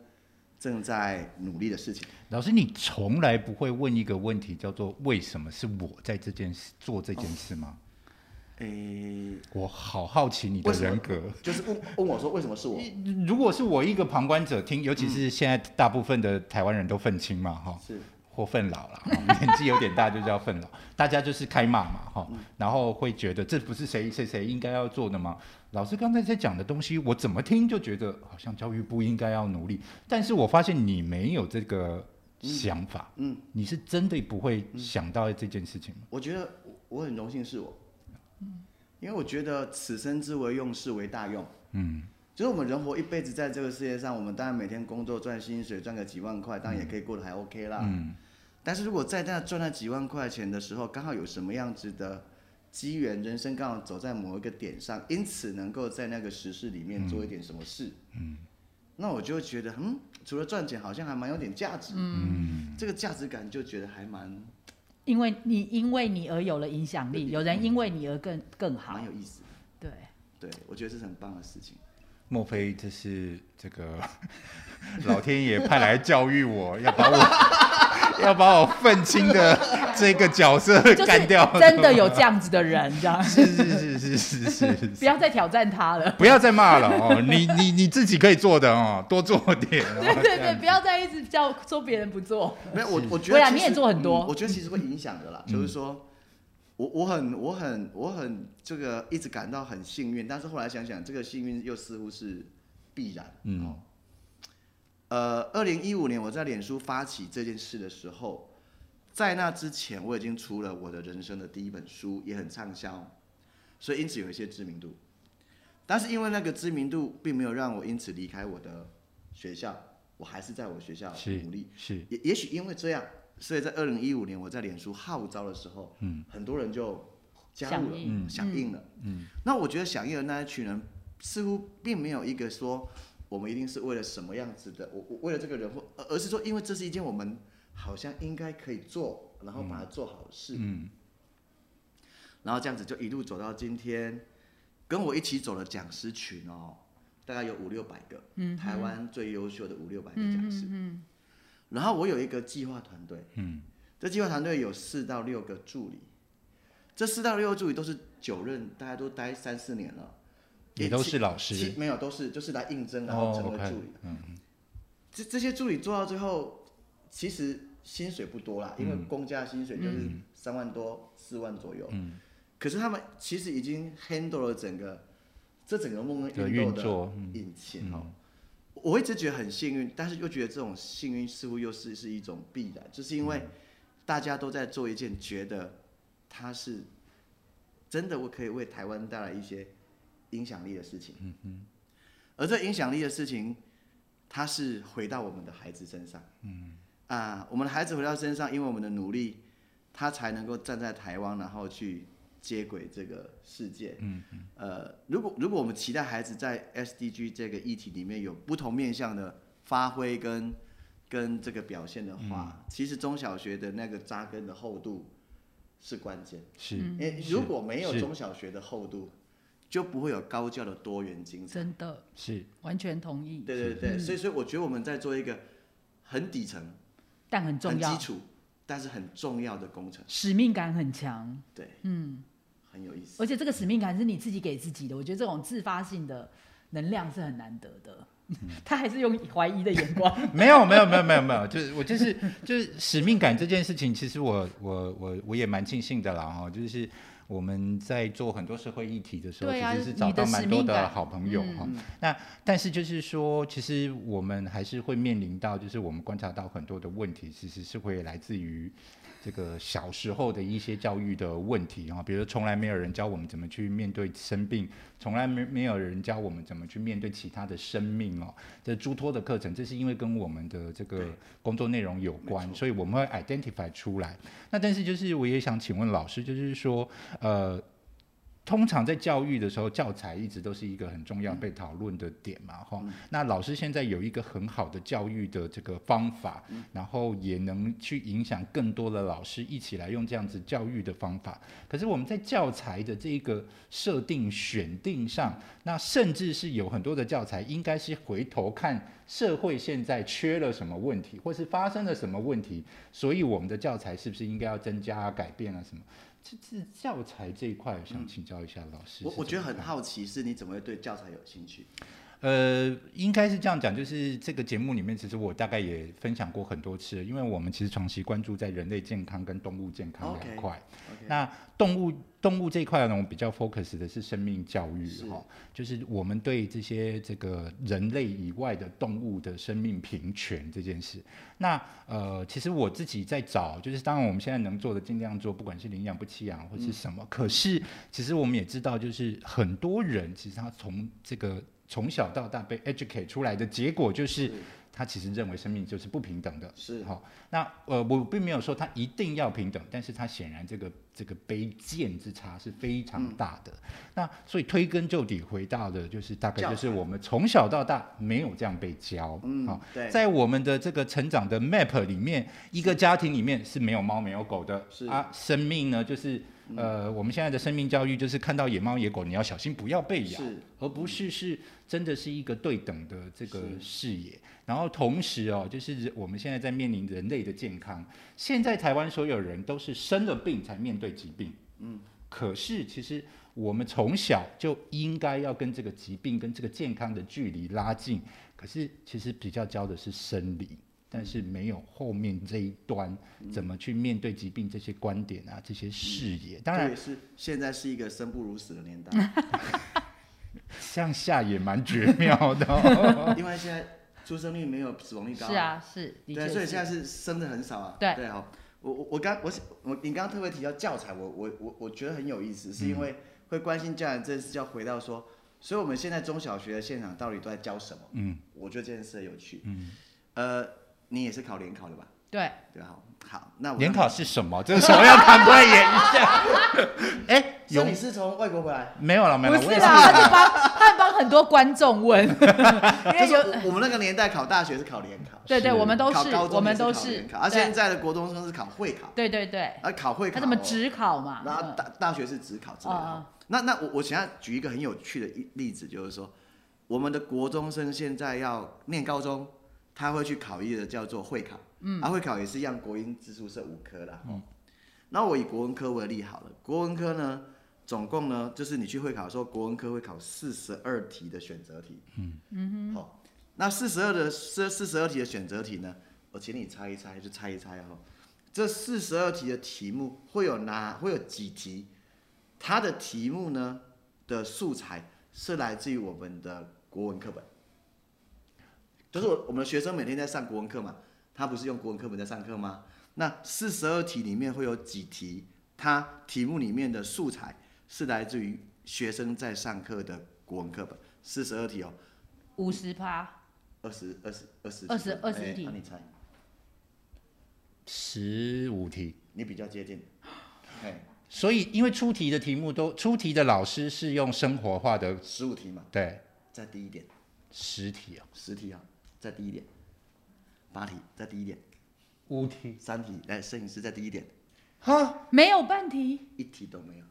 B: 正在努力的事情。
A: 老师，你从来不会问一个问题叫做为什么是我在这件事做这件事吗？
B: 诶，
A: 我好好奇你的
B: 为什么
A: 人格。
B: 就是问问我说为什么是我？
A: 如果是我一个旁观者听，尤其是现在大部分的台湾人都愤青嘛，哈、
B: 是
A: 或愤老了，哈 年纪有点大就叫愤老，大家就是开骂嘛，哈，
C: 嗯
A: 然后会觉得这不是谁谁谁应该要做的吗？老师刚才在讲的东西，我怎么听就觉得好像教育部应该要努力，但是我发现你没有这个想法，
B: 嗯，
A: 你是真的不会
C: 嗯
A: 想到这件事情吗？
B: 我觉得我我很荣幸是我，因为我觉得此生之为用，是为大用。
A: 嗯，
B: 就是我们人活一辈子在这个世界上，我们当然每天工作赚薪水，赚个几万块，当然也可以过得还 OK 啦。
A: 嗯，
B: 但是如果在那赚那几万块钱的时候，刚好有什么样子的机缘，人生刚好走在某一个点上，因此能够在那个时事里面做一点什么事，嗯，那我就会觉得，嗯，除了赚钱，好像还蛮有点价值，嗯，这个价值感就觉得还蛮
C: 因为你因为你而有了影响力，有人因为你而更更好
B: 蛮，嗯有意思的。
C: 对。
B: 对，我觉得这是很棒的事情。
A: 莫非这是这个 老天爷派来教育我，要把我要把我 愤青的这个角色
C: 就是
A: 干掉？
C: 真的有这样子的人，这样
A: 是是是是 是
C: 不
A: 是，
C: 要再挑战他了。
A: 不要再骂了哦！你你你自己可以做的哦，多做点、哦。
C: 对对
A: 这
C: 对，
A: 样
C: 不要再一直叫说别人不做。
B: 没有，我我觉
C: 对
B: 得
C: 啊
B: 其
C: 你也
B: 实
C: 做很多
B: 嗯我觉得其实会影响的啦。就是说，我我很我很我很这个一直感到很幸运，但是后来想想，这个幸运又似乎是必然。
A: 嗯
B: 呃，二零一五年我在脸书发起这件事的时候，在那之前我已经出了我的人生的第一本书，也很畅销，所以因此有一些知名度。但是因为那个知名度并没有让我因此离开我的学校，我还是在我学校
A: 是
B: 努力。
A: 是
B: 也也许因为这样，所以在二零一五年我在脸书号召的时候，嗯，很多人就加入了，
C: 响
A: 应
B: 嗯响应了，嗯。那我觉得响应的那一群人，似乎并没有一个说我们一定是为了什么样子的，我我为了这个人或，而而是说，因为这是一件我们好像应该可以做，然后把它做好的事，
A: 嗯
B: 然后这样子就一路走到今天，跟我一起走的讲师群哦，大概有五六百个，嗯，台湾最优秀的五六百个讲师，嗯然后我有一个计划团队，
A: 嗯
B: 这计划团队有四到六个助理，这四到六个助理都是久任，大家都待三四年了，
A: 也都是老
B: 其
A: 师
B: 其没有都是就是来应征然后
A: 哦
B: 成为
A: ，OK，
B: 助理，
A: 嗯
B: 这这些助理做到最后，其实薪水不多啦，因为公家薪水就是三万多、四、万左右。
A: 嗯
B: 可是他们其实已经 handle 了整个这整个梦
A: 的
B: 恩
A: 运
B: 运动
A: 作
B: 的
A: 嗯
B: 引擎哦。我一直觉得很幸运，但是又觉得这种幸运似乎又是是一种必然，就是因为大家都在做一件觉得它是真的，我可以为台湾带来一些影响力的事情。嗯而这影响力的事情，它是回到我们的孩子身上。嗯。啊，我们的孩子回到身上，因为我们的努力，他才能够站在台湾，然后去接轨这个世界。嗯。呃，如果如果我们期待孩子在 SDG 这个议题里面有不同面向的发挥跟跟这个表现的话，
A: 嗯
B: 其实中小学的那个扎根的厚度是关键。
A: 是
B: 因为
A: 嗯是
B: 如果没有
A: 是
B: 中小学的厚度，就不会有高教的多元精彩。
C: 真的，
A: 是
C: 完全同意，
B: 对对
A: 嗯
B: 对，所以所以我觉得我们在做一个很底层、
C: 但很重
B: 很基
C: 要，
B: 础，但是很重要的工程，
C: 使命感很强，
B: 对，
C: 嗯，
B: 很有意思。
C: 而且这个使命感是你自己给自己的，我觉得这种自发性的能量是很难得的。
B: 嗯
C: 他还是用怀疑的眼光，
A: 没有没有没有没有没有，就是我就是就是使命感这件事情，其实我我我我也蛮庆幸的啦哈、就是我们在做很多社会议题的时候，
C: 对啊
A: 其实是找到蛮多的好朋友
C: 你的使嗯
A: 哈、那但是就是说，其实我们还是会面临到，就是我们观察到很多的问题，其实是会来自于。这个小时候的一些教育的问题啊，比如从来没有人教我们怎么去面对生病，从来没没有人教我们怎么去面对其他的生命哦。这诸托的课程，这是因为跟我们的这个
B: 对
A: 工作内容有
B: 没
A: 关，
B: 错
A: 所以我们会 identify 出来。那但是就是我也想请问老师，就是说，呃，通常在教育的时候，教材一直都是一个很重要被讨论的点嘛，哈、
B: 嗯
A: 那老师现在有一个很好的教育的这个方法，
B: 嗯
A: 然后也能去影响更多的老师一起来用这样子教育的方法。可是我们在教材的这个设定选定上，那甚至是有很多的教材应该是回头看社会现在缺了什么问题，或是发生了什么问题，所以我们的教材是不是应该要增加、啊、改变啊什么？这这教材这一块，想请教一下老师是怎么
B: 我
A: 看。
B: 我觉得很好奇，是你怎么会对教材有兴趣？
A: 呃，应该是这样讲，就是这个节目里面，其实我大概也分享过很多次，因为我们其实长期关注在人类健康跟动物健康
B: OK
A: 两块。
B: OK
A: 那动物动物这一块呢，我们比较 focus 的是生命教育
B: 是
A: 哈、哦，就是我们对这些这个人类以外的动物的生命平权这件事。那呃，其实我自己在找，就是当然我们现在能做的尽量做，不管是领养不弃养或是什么。可是其实我们也知道，就是很多人其实他从这个从小到大被 educate 出来的结果，就是
B: 是
A: 他其实认为生命就是不平等的。
B: 是
A: 好、那呃，我并没有说他一定要平等，但是他显然这个这个卑贱之差是非常
B: 嗯
A: 大的。那所以推根究底回到的就是大概
B: 教
A: 就是我们从小到大没有这样被教，
B: 嗯
A: 好、
B: 对
A: 在我们的这个成长的 map 里面，一个家庭里面是没有猫没有狗的，
B: 是嗯
A: 啊，生命呢就是。呃，我们现在的生命教育就是看到野猫野狗，你要小心不要被咬
B: 是，
A: 而不是是真的是一个对等的这个
B: 是
A: 视野。然后同时哦，就是人我们现在在面临人类的健康，现在台湾所有人都是生了病才面对疾病，嗯，可是其实我们从小就应该要跟这个疾病跟这个健康的距离拉近，可是其实比较教的是生理。但是没有后面这一端怎么去面对疾病这些观点啊，这些视野。当然
B: 这，也是现在是一个生不如死的年代，
A: 向下也蛮绝妙的、哦。
B: 因为现在出生率没有死亡率高，
C: 是，啊，是，的
B: 对，
C: 确
B: 所以
C: 是。
B: 现在是生的很少啊，
C: 对
B: 对哦。我我我刚我是我你刚刚特别提到教材，我我我我觉得很有意思，是
A: 嗯
B: 因为会关心教材这件事，就要回到说，所以我们现在中小学的现场到底都在教什么？
A: 嗯，
B: 我觉得这件事很有趣。嗯，呃，你也是考联考的吧？
C: 对，
B: 对，好，好，那我
A: 联考是什么？这个时候要坦白演一下。 哎、
B: 所
A: 有
B: 以你是从外国回来？
A: 没有了？没有
C: 不
A: 了，我也
C: 是啦，
A: 是。
C: 他是帮他帮很多观众 问，因
B: 就
C: 为
B: 是
C: 有
B: 我我们那个年代考大学是考联考，
C: 对对，
A: 是
C: 我们都
B: 考
C: 是
B: 高，中
C: 我们
B: 也是
C: 都
B: 考
C: 是
B: 联，考，而、啊、
C: 对
B: 现在的国中生是考会考，
C: 对对对，
B: 而、考会考、哦
C: 他怎么？只考嘛？
B: 然后
C: 嗯
B: 大大学是只考之类的。
C: 嗯
B: 那那我我想要举一个很有趣的一例子，就是说，我们的国中生现在要念高中，他会去考一个叫做会考，嗯，啊会考也是一样，国英自数社五科啦，嗯，那我以国文科为例好了，国文科呢，总共呢就是你去会考的时候，国文科会考四十二题的选择题，嗯嗯好、那四十二的这四十二题的选择题呢，我请你猜一猜，就猜一猜哦。这四十二题的题目会有哪会有几题？它的题目呢的素材是来自于我们的国文课本，就是我我们的学生每天在上国文课嘛，他不是用国文课本在上课吗？那四十二题里面会有几题？它题目里面的素材是来自于学生在上课的国文课本，四十二题哦，
C: 五十趴，
B: 二十二十二十
C: 20
B: 哎
C: 20题
B: 那你猜，
A: 十五题。
B: 你比较接近，哎，
A: 所以，因为出题的题目都出题的老师是用生活化的，
B: 十五题嘛，
A: 对，
B: 再低一点，
A: 十题哦，
B: 十题啊，再低一点，八题再低一点，
A: 五题
B: 三题，来，摄影师再低一点，
A: 哈，
C: 没有半题，
B: 一题都没有。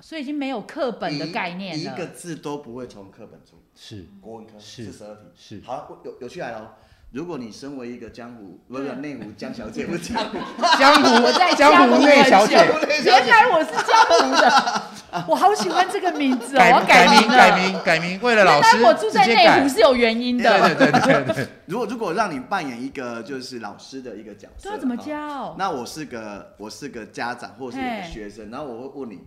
C: 所以已经没有课本的概念
B: 一一个
C: 了。
B: 字都不会从课本出。
A: 是
B: 国文科
A: 是
B: 四十二题，
A: 是
B: 好有有趣来了哦。如果你身为一个江湖，不
C: 对
B: 是内湖江小姐，不是 江湖，
A: 江湖
C: 我在
A: 江湖内小姐
C: 江湖内小姐原来我是江 湖的，我好喜欢这个名字哦，我
A: 改改
C: 要
A: 名
C: 名了
A: 改。名改名，为了老师
C: 原来我住在
A: 直接
C: 内
A: 改
C: 湖是有原因
A: 对
C: 的，
A: 对对对 对，
B: 如果如果让你扮演一个就是老师的一个角色，
C: 对啊，怎么
B: 哈
C: 教？
B: 那我是个我是个家长或者是我个
C: 嘿
B: 学生，然后我会问你，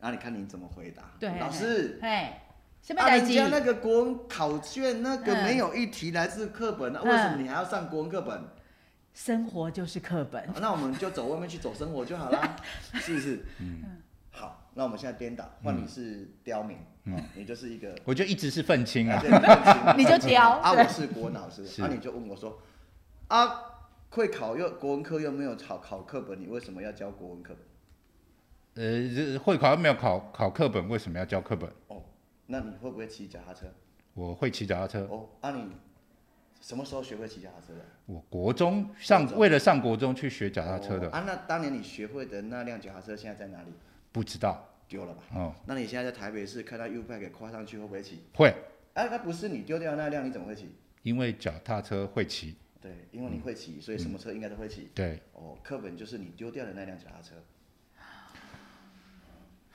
B: 然后你看你怎么回答。
C: 对，
B: 老师，
C: 哎，下面
B: 啊，
C: 来
B: 人
C: 几
B: 家那个国文考卷那个
C: 嗯
B: 没有一题来自课本，那、
C: 嗯
B: 为什么你还要上国文课本？
C: 生活就是课本，
B: 那我们就走外面去走生活就 好啦，是不是？嗯，好，那我们现在颠倒，换你是刁民，嗯，你就是一个，
A: 我就一直是愤青
B: 啊
A: 啊，
B: 对你就是
C: 你就刁
B: 啊，
C: 对
B: 我是国文老师，
A: 是
B: 啊，你就问我说，啊，会考又国文科又没有考考课本，你为什么要教国文课本？
A: 呃，这会考又没有考考课本，为什么要教课本？
B: 那你会不会骑脚踏车？
A: 我会骑脚踏车，
B: 哦，啊你什么时候学会骑脚踏车的？
A: 我国中上
B: 国中
A: 为了上国中去学脚踏车的
B: 哦，啊，那当年你学会的那辆脚踏车现在在哪里？
A: 不知道
B: 丢了吧？
A: 哦，
B: 那你现在在台北市看到 U bike 给跨上去会不会骑？
A: 会，
B: 哎、那不是你丢掉的那辆，你怎么会骑？
A: 因为脚踏车会骑，
B: 对，因为你会骑，所以什么车应该都会骑。
A: 对，
B: 哦，课本就是你丢掉的那辆脚踏车。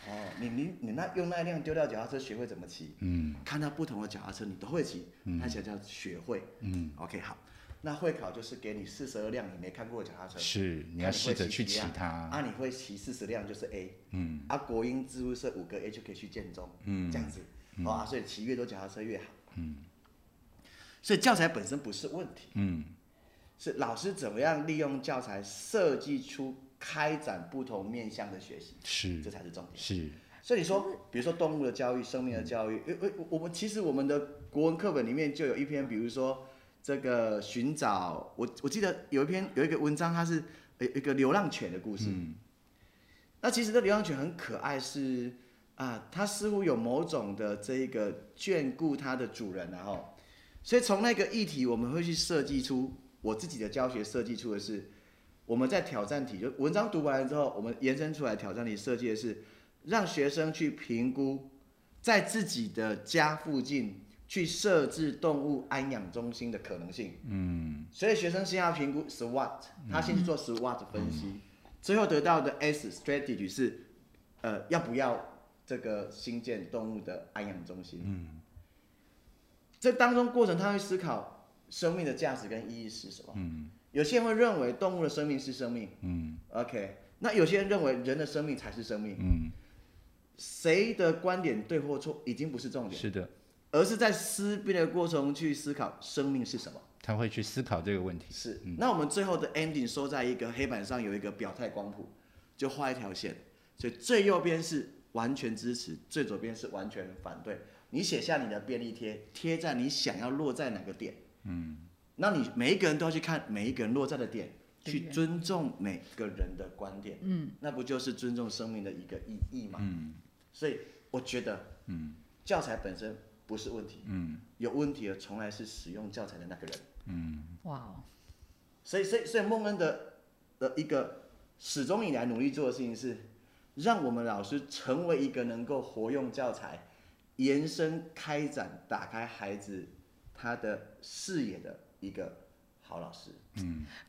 B: 哦，你你你那用那辆丢掉脚踏车学会怎么骑？嗯，看到不同的脚踏车你都会骑，那才叫学会。嗯，OK 好，那会考就是给你四十二辆你没看过的脚踏车，
A: 是你要
B: 看
A: 试
B: 会
A: 着
B: 骑
A: 去
B: 几
A: 骑
B: 辆
A: 它，
B: 啊，你会骑四十辆就是 A，嗯，啊，国英自务社五个 A 就可以去建中，嗯，这样子，哦啊，所以骑越多脚踏车越好，嗯，所以教材本身不是问题，嗯，是老师怎么样利用教材设计出开展不同面向的学习，
A: 是
B: 这才是重点。
A: 是，
B: 所以你说，比如说动物的教育、生命的教育，因为我我们其实我们的国文课本里面就有一篇，比如说这个寻找，我我记得有一篇有一个文章，它是呃一个流浪犬的故事。那其实这流浪犬很可爱是，啊，它似乎有某种的这一个眷顾它的主人、啊，然后，所以从那个议题，我们会去设计出我自己的教学设计出的是，我们在挑战题，就文章读完了之后，我们延伸出来挑战题设计的是。让学生去评估，在自己的家附近去设置动物安养中心的可能性。嗯，所以学生先要评估 SWOT，他先去做 SWOT 分析，最后得到的 S strategy 是，呃，要不要这个新建动物的安养中心？嗯，这当中过程他会思考生命的价值跟意义是什么。嗯，有些人会认为动物的生命是生命。嗯，OK，那有些人认为人的生命才是生命。
A: 嗯，
B: 谁的观点对或错已经不是重点，
A: 是的，
B: 而是在思辨的过程中去思考生命是什么。
A: 他会去思考这个问题，
B: 是，那我们最后的 ending 收在一个黑板上有一个表态光谱，就画一条线，所以最右边是完全支持，最左边是完全反对。你写下你的便利贴，贴在你想要落在哪个点。嗯，那你每一个人都要去看每一个人落在的点，
C: 对
B: 去尊重每个人的观点。嗯，那不就是尊重生命的一个意义吗？嗯，所以我觉得，嗯，教材本身不是问题。嗯，有问题的从来是使用教材的那个人。
C: 哇哦，
B: 所以，所以，所以孟恩的的一个始终以来努力做的事情是，让我们老师成为一个能够活用教材、延伸开展、打开孩子他的视野的一个好老师。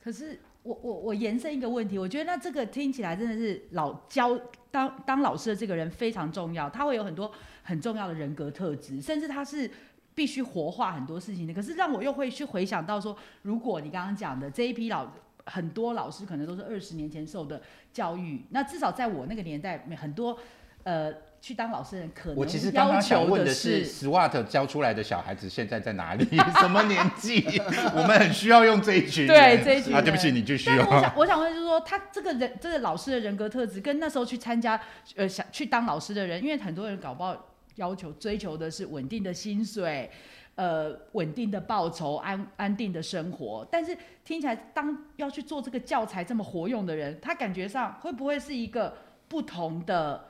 C: 可是我我我延伸一个问题，我觉得那这个听起来真的是老教当当老师的这个人非常重要，他会有很多很重要的人格特质，甚至他是。必须活化很多事情的，可是让我又会去回想到说，如果你刚刚讲的这一批老很多老师可能都是二十年前受的教育，那至少在我那个年代，很多呃去当老师的人可能
A: 我其实刚
C: 要
A: 刚想
C: 求
A: 问的
C: 是
A: 是，SWAT 教出来的小孩子现在在哪里？ 什么年纪？ 我们很需要用这一群人。
C: 对这一群
A: 啊，对不
C: 人
A: 起，你继续
C: 但是我
A: 哦。
C: 想，我想问，就是说，他这个人，这个老师的人格特质，跟那时候去参加，呃，想去当老师的人，因为很多人搞不好要求追求的是稳定的薪水，呃，稳定的报酬，安安定的生活。但是听起来，当要去做这个教材这么活用的人，他感觉上会不会是一个不同的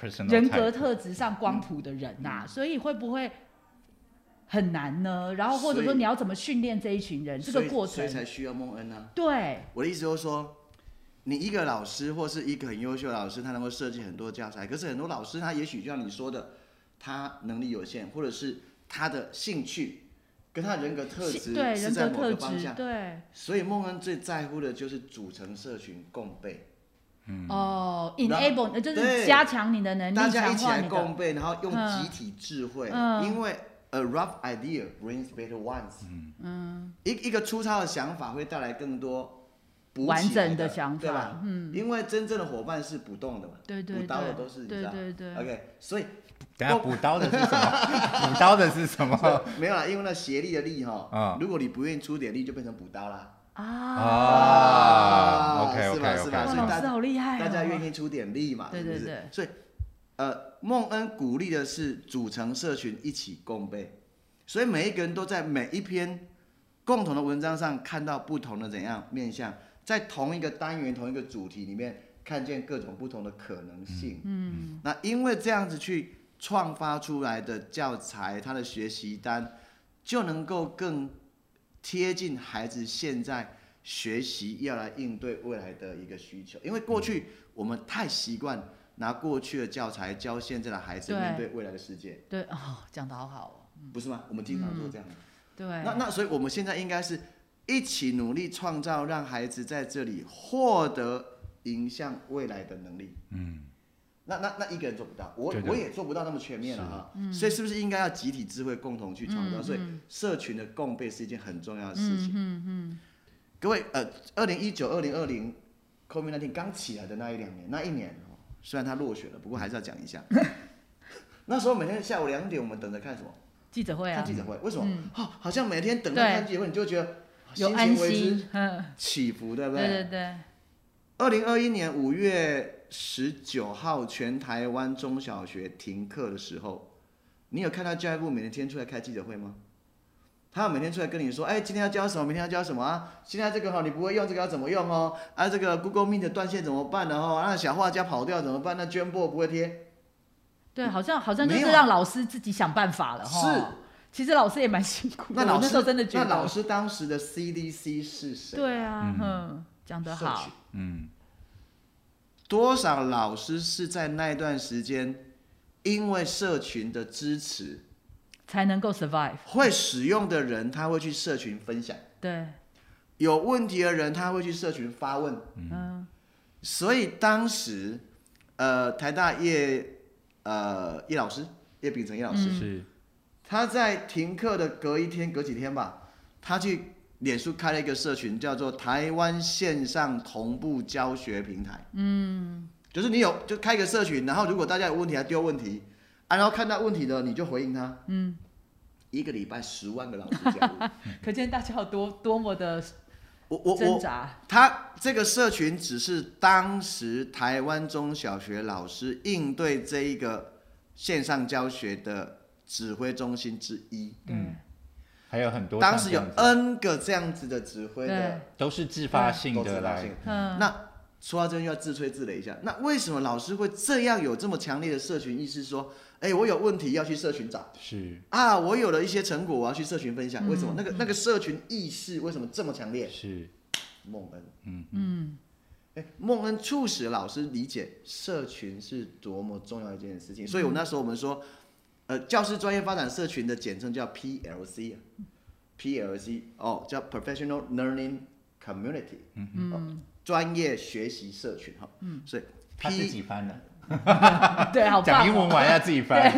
A: Personal
C: 人
A: type
C: 格特质上光谱的人呐、
B: 嗯
C: 所以会不会很难呢？然后或者
B: 所
C: 说
B: 以
C: 你要怎么训练这一群人？这个过
B: 所
C: 程
B: 以，所以才需要孟恩呢、
C: 对。
B: 我的意思就是说，你一个老师或是一个很优秀的老师，他能够设计很多教材，可是很多老师他也许就像你说的，他能力有限，或者是他的兴趣跟他的人格特
C: 是
B: 质
C: 对
B: 是
C: 人
B: 在
C: 格
B: 某
C: 特
B: 个方
C: 质，
B: 向。
C: 对、
B: 所以孟恩最在乎的就是组成社群共备，
A: 嗯
C: 哦
B: 然后
C: ，enable 呃就是
B: 对
C: 加强你的能力，
B: 大家一
C: 强
B: 起
C: 化
B: 来
C: 你的
B: 共备，然后用
C: 嗯
B: 集体智慧，
C: 嗯
B: 因为 a rough idea brings better ones，嗯一一个粗糙的想法会带来更多补
C: 完
B: 起来
C: 整
B: 的
C: 想
B: 对吧
C: 法，？嗯，
B: 因为真正的伙伴是不动的嘛，
C: 对对
B: 补刀的都是
C: 对，
B: 你
C: 对
B: 知道
C: 对对，
B: OK，所以
A: 等下补刀的是什么？补刀的是什么？
B: 没有啦，因为那协力的力哈、
A: 啊
B: 如果你不愿意出点力，就变成补刀啦。
C: 啊，
A: 啊
B: 啊
A: ，OK
B: 是吧
A: OK
B: 是
A: OK，
B: 吧
C: 哇，
B: 所以
C: 老
B: 大
C: 师好厉害哦，
B: 大家愿意出点力嘛，
C: 对
B: 是不
C: 对
B: 是
C: 对
B: 所以，呃，孟恩鼓励的是组成社群一起共备，所以每一个人都在每一篇共同的文章上看到不同的怎样面向，在同一个单元、同一个主题里面看见各种不同的可能性。嗯，那因为这样子去创发出来的教材，它的学习单就能够更贴近孩子现在学习要来应对未来的一个需求。因为过去我们太习惯拿过去的教材教现在的孩子
C: 对
B: 面对未来的世界，
C: 对哦，讲的好好哦，
B: 不是吗？我们经常做这样的。
C: 对，
B: 那那所以我们现在应该是一起努力创造，让孩子在这里获得迎向未来的能力。嗯，那那那一个人做不到，我
A: 对的
B: 我也做不到那么全面了哈。所以是不是应该要集体智慧共同去创造？所以社群的共备是一件很重要的事情。嗯嗯嗯。各位，呃，二零一九、二零二零 COVID 1 9刚起来的那一两年，那一年哦，虽然它落选了，不过还是要讲 一下。那时候每天下午两点，我们等着看什么？
C: 记者会
B: 看
C: 啊
B: 记，者会，为什么？好、好像每天等到
C: 对
B: 看记者会，你就觉得啊
C: 有
B: 心
C: 安
B: 情为之
C: 心，嗯，
B: 起伏，对不
C: 对
B: 对？
C: 对对，
B: 二零二一年五月十九号，全台湾中小学停课的时候，你有看到教育部每天出来开记者会吗？他有每天出来跟你说，哎，今天要教什么，明天要教什么啊？现在这个哈、你不会用，这个要怎么用哦？啊，这个 Google Meet 的断线怎么办呢？哦，那小画家跑掉怎么办？那绢布不会贴，
C: 对，好像好像就
B: 没
C: 是
B: 有
C: 让老师自己想办法了哈。
B: 是
C: 其实老师也蛮辛苦的，
B: 那老
C: 我那
B: 师
C: 时候真的觉得，
B: 那老师当时的 CDC 是谁？
C: 对啊，嗯，讲得
B: 社
C: 好
B: 群，
A: 嗯，
B: 多少老师是在那一段时间，因为社群的支持，
C: 才能够 survive，
B: 会使用的人他会去社群分享，
C: 对，
B: 有问题的人他会去社群发问。
C: 嗯，
B: 所以当时，呃，台大叶呃叶老师叶秉成叶老师，
C: 嗯
A: 是
B: 他在停课的隔一天隔几天吧，他去脸书开了一个社群，叫做台湾线上同步教学平台。嗯，就是你有就开一个社群，然后如果大家有问题还丢问题，啊，然后看到问题的你就回应他。嗯，一个礼拜十万个老师加入，
A: 嗯
C: 可见大家有多多么的
B: 我我
C: 挣
B: 我，
C: 扎，
B: 他这个社群只是当时台湾中小学老师应对这一个线上教学的指挥中心之一。
C: 对
A: 还有很多像
B: 当时有
A: 这样子
B: N 个这样子的指挥的
C: 对，
A: 都是自发性
B: 都
A: 的
B: 知道
A: 来
B: 性。
C: 嗯，
B: 那说到这边又要自吹自擂一下，那为什么老师会这样有这么强烈的社群意识？说，哎、我有问题要去社群找
A: 是
B: 啊，我有了一些成果，我要去社群分享。为什么、那个那个社群意识为什么这么强烈？
A: 是
B: 孟恩，嗯嗯，哎，孟恩促使老师理解社群是多么重要的一件事情。所以我那时候我们说，呃，教师专业发展社群的简称叫 PLC 啊，PLC 哦，叫 Professional Learning Community，嗯嗯、哦专业学习社群哈，嗯，所以
A: 他自
B: P
A: 己翻的，
C: 对，好 棒
A: 讲
C: 哦，
A: 英文完要自己翻，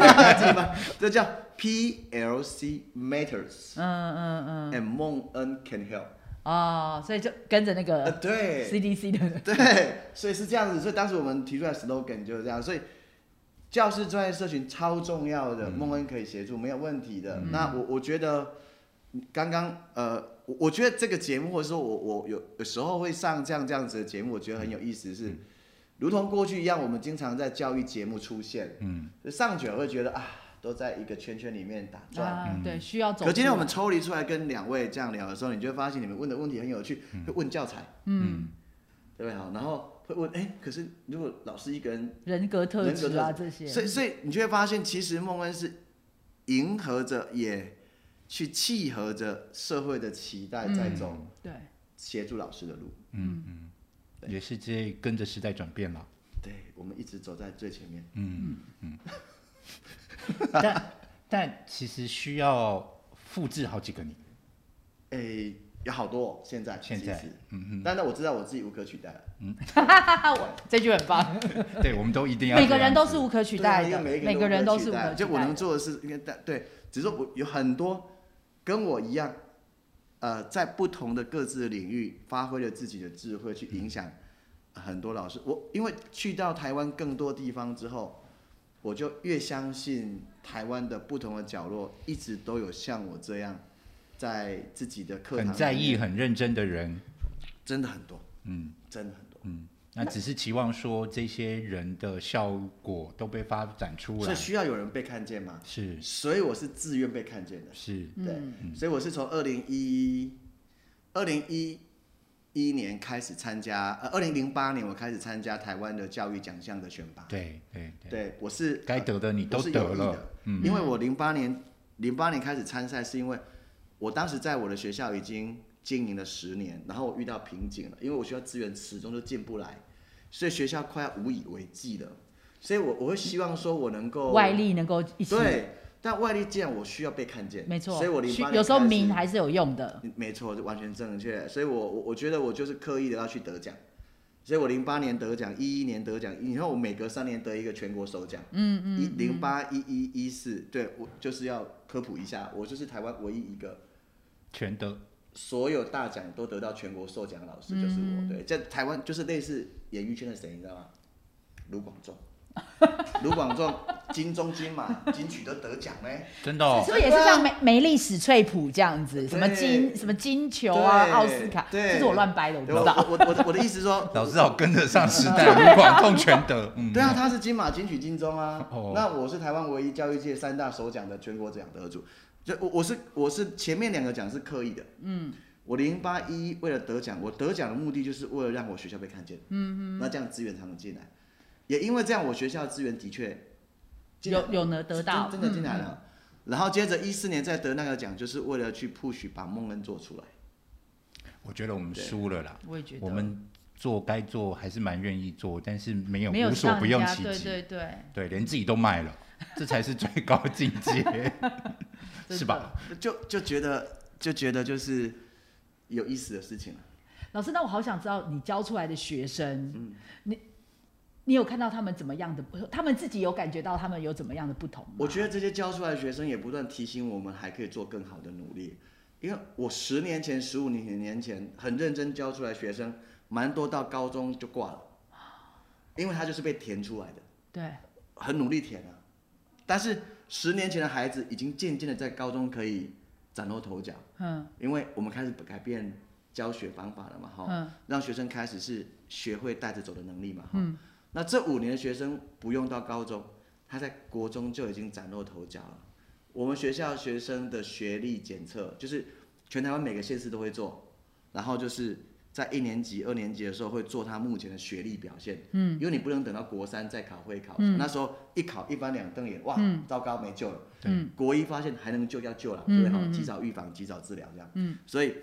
B: 这叫 PLC Matters
C: 嗯嗯嗯，
B: and 孟恩 Can Help，
C: 哦，所以就跟着那
B: 呃，
C: 个
B: 对，
C: CDC 的，
B: 对，所以是这样子，所以当时我们提出来 slogan 就是这样，所以教师专业社群超重要的，孟恩可以协助，没有问题的。那我我觉得刚刚呃，我我觉得这个节目或者说我我有有时候会上这样这样子的节目，我觉得很有意思是。如同过去一样，我们经常在教育节目出现，嗯，上久了会觉得啊，都在一个圈圈里面打转，
A: 嗯
C: 啊，对，需要走出来。
B: 可今天我们抽离出来跟两位这样聊的时候，你就会发现你们问的问题很有趣，会问教材，嗯，对不对？好，然后会问，哎、可是如果老师一个人，
C: 人格特
B: 人格
C: 质
B: 特
C: 啊
B: 质
C: 这些，
B: 所以所以你就会发现，其实孟恩是迎合着，也去契合着社会的期待，在走
C: 对，
B: 协助老师的路。
A: 也是这跟着时代转变了。嗯
B: 对，我们一直走在最前面。
A: 但但其实需要复制好几个你，
B: 哎、有好多、哦，现在
A: 现在
B: 其实，嗯但是我知道我自己无可取代了，
C: 我这句很棒，
A: 对我们都一定要
C: 每个
A: 这样
C: 人都
A: 子
C: 是无可取
B: 对啊
C: 代的，
B: 因为每
C: 每个人
B: 都
C: 都
B: 无可取
C: 是无
B: 代
C: 可
B: 的
C: 取
B: 就我
C: 代
B: 能
C: 的。
B: 做的是，应该但对，只是我有很多呃跟我一样，呃，在不同的各自的领域发挥了自己的智慧，去影响很多老师。我因为去到台湾更多地方之后，我就越相信台湾的不同的角落，一直都有像我这样，在自己的课堂
A: 很在
B: 里
A: 意、
B: 面，
A: 很认真的人，
B: 真的很多，
A: 嗯
B: 真的很多。
A: 嗯，那只是期望说这些人的效果都被发展出
B: 所
A: 来
B: 以，需要有人被看见吗？
A: 是
B: 所以我是自愿被看见的。
C: 嗯
A: 是
B: 对，所以我是从二零一二零一一年开始参加，呃，二零零八年我开始参加台湾的教育奖项的选拔。
A: 对对对，
B: 对，我是
A: 该得的你
B: 都
A: 都
B: 是
A: 得
B: 有意
A: 了嗯
B: 的，，因为我零八年零八年开始参赛，是因为我当时在我的学校已经经营了十年，然后我遇到瓶颈了，因为我学校资源始终都进不来，所以学校快要无以为继了，所以我我会希望说我能够
C: 外力能够一起，
B: 对，但外力既然我需要被看见，
C: 没错，
B: 所以我零
C: 需
B: 八
C: 有时候名还是有用的，
B: 嗯没错，完全正确。所以我我我觉得我就是刻意的要去得奖，所以我零八年得奖，一一年得奖，你看我每隔三年得一个全国首奖，嗯嗯，一零八一一一四，对我就是要科普一下，我就是台湾唯一一个
A: 全得。
B: 所有大奖都得到全国授奖的老师
C: 嗯
B: 就是我，对，在台湾就是类似演艺圈的谁，你知道吗？卢广仲，卢广仲金钟金马金曲都得奖嘞、
A: 真的、哦
C: 是，不是也是像
B: 啊
C: 梅梅丽史翠普这样子，什么金什么金球啊、
B: 对
C: 奥斯卡，
B: 对
C: 这是我乱掰的，我不
B: 对
C: 知
B: 我
C: 道。
B: 我我的我的意思是说，
A: 老师好跟得上时 代，
C: 啊
A: 卢广仲全得，嗯，
B: 对啊，他是金马金曲金钟啊。
A: 哦
B: 那我是台湾唯一教育界三大首奖的全国奖得主。就我我是我是前面两个奖是刻意的，嗯，我零八一为了得奖，我得奖的目的就是为了让我学校被看见，嗯嗯，那这样资源才能进来。也因为这样，我学校的资源的确进来
C: 有有能得到，嗯
B: 真真的进来了。然后接着一四年再得那个奖，就是为了去 push 把梦恩做出来。
A: 我觉得我们输了啦，
C: 我也觉得
A: 我们做该做还是蛮愿意做，但是没有
C: 没有
A: 无所
C: 像
A: 不用
C: 人家
A: 其极，
C: 对对对，
A: 对，连自己都卖了， 这才是最高境界，
C: 真
A: 是
C: 的
A: 吧？
B: 就就觉得就觉得就是有意思的事情了。
C: 老师，那我好想知道你教出来的学生，
B: 嗯
C: 你你有看到他们怎么样的？他们自己有感觉到他们有怎么样的不同吗？
B: 我觉得这些教出来的学生也不断提醒我们还可以做更好的努力，因为我十年前、十五年年前很认真教出来的学生，蛮多到高中就挂了，因为他就是被填出来的，
C: 对，
B: 很努力填啊。但是十年前的孩子已经渐渐的在高中可以崭露头角，
C: 嗯
B: 因为我们开始改变教学方法了嘛，哈、
C: 嗯，
B: 让学生开始是学会带着走的能力嘛。哈、
C: 嗯
B: 那这五年的学生不用到高中，他在国中就已经崭露头角了。我们学校学生的学历检测，就是全台湾每个县市都会做，然后就是在一年级、二年级的时候会做他目前的学历表现。嗯，因为你不能等到国三再考会考，那时候一考一翻两瞪眼，哇，糟糕，没救了。
A: 嗯，
B: 国一发现还能救要救了，对不对？哈，及早预防，及早治疗这样。嗯，所以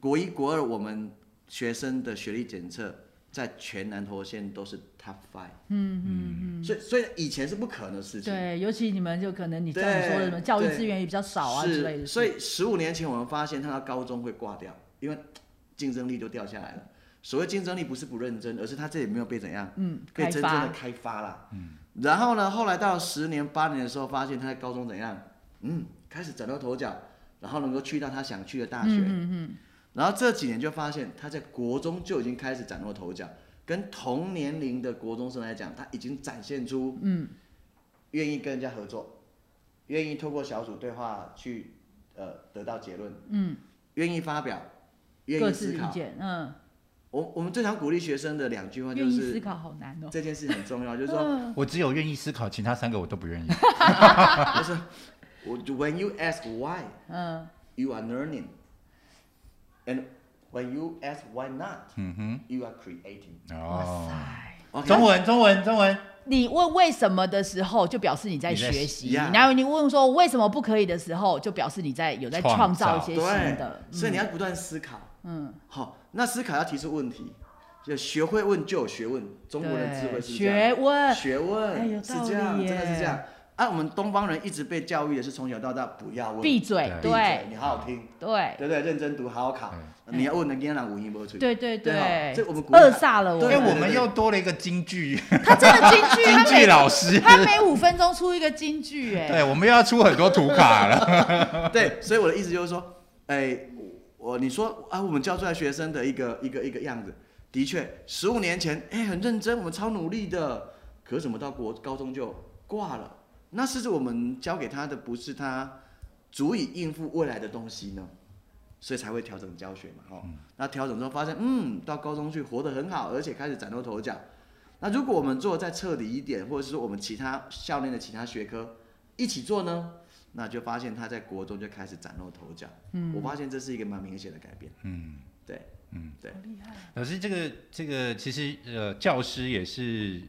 B: 国一、国二我们学生的学历检测在全南投县都是 top five。嗯嗯嗯。所以所以以前是不可能的事情。
C: 对，尤其你们就可能你
B: 对
C: 像你说的什么教育
B: 对
C: 资源也比较少啊之类的，
B: 是，所以十五年前我们发现他到高中会挂掉，因为竞争力就掉下来了。所谓竞争力不是不认真，而是他这里没有被怎样，
C: 嗯，
B: 被
C: 开
B: 真正的
C: 发
B: 开发啦。嗯。然后呢，后来到十年八年的时候，发现他在高中怎样，嗯，开始崭露头角，然后能够去到他想去的大学。嗯嗯然后这几年就发现他在国中就已经开始崭露头角，跟同年龄的国中生来讲，他已经展现出嗯，愿意跟人家合作，愿意透过小组对话去呃得到结论，嗯，愿意发表，愿
C: 各
B: 意思
C: 自意
B: 考。
C: 见，嗯，
B: 我我们最常鼓励学生的两句话就
C: 愿意思
B: 是
C: 考好难哦。
B: 这件事很重 要，就是说，
A: 我只有愿意思考，其他三个我都不愿意。
B: 就是我 when you ask why
C: 嗯，
B: you are learning and when you ask why not
A: 嗯哼，
B: you are creating。
A: 哦，
B: OK，
A: 中文，中文，中文，
C: 你问为什么的时候，就表示你在
A: 你在
C: 学习；
B: 呀
C: 然后你问说为什么不可以的时候，就表示你在有在
A: 创
C: 创造一
A: 造
C: 些新的。嗯
B: 对，所以你要不断思考。嗯，好，那思考要提出问题，就学会问就有学问，中国人智慧
C: 嗯对，
B: 是这样
C: 学问，
B: 学
C: 哎有
B: 问是
C: 道
B: 这样，
C: 理
B: 真的是
C: 耶
B: 这样。啊，我们东方人一直被教育的是从小到大不要问，
C: 闭
B: 闭
C: 嘴，
A: 对
B: 嘴
C: 对，
B: 你好好听，
C: 对，
B: 对不对？认真读，好好考。
C: 哎
B: 你要问的，跟人无一无出。
C: 对对
B: 对哈这我们古代
C: 扼杀了我
A: 哎，
B: 对
C: 们。
A: 我们又多了一个京剧，
C: 他真的京 剧，
A: 京
C: 他
A: 剧
C: 每
A: 老师，
C: 他每五分钟出一个京剧，哎，
A: 对，我们又要出很多图卡了。
B: 对，所以我的意思就是说，哎，我你说啊，我们教出来学生的一个一个一个样子，的确，十五年前，哎，很认真，我们超努力的，可是怎么到国高中就挂了？那是不是我们教给他的不是他足以应付未来的东西呢？所以才会调整教学嘛，哈、那调整之后发现，嗯，到高中去活得很好，而且开始崭露头角。那如果我们做得再彻底一点，或者是说我们其他校内的其他学科一起做呢，那就发现他在国中就开始崭露头角。嗯，我发现这是一个蛮明显的改变。嗯，对，
A: 老师，这个这个其实呃，教师也是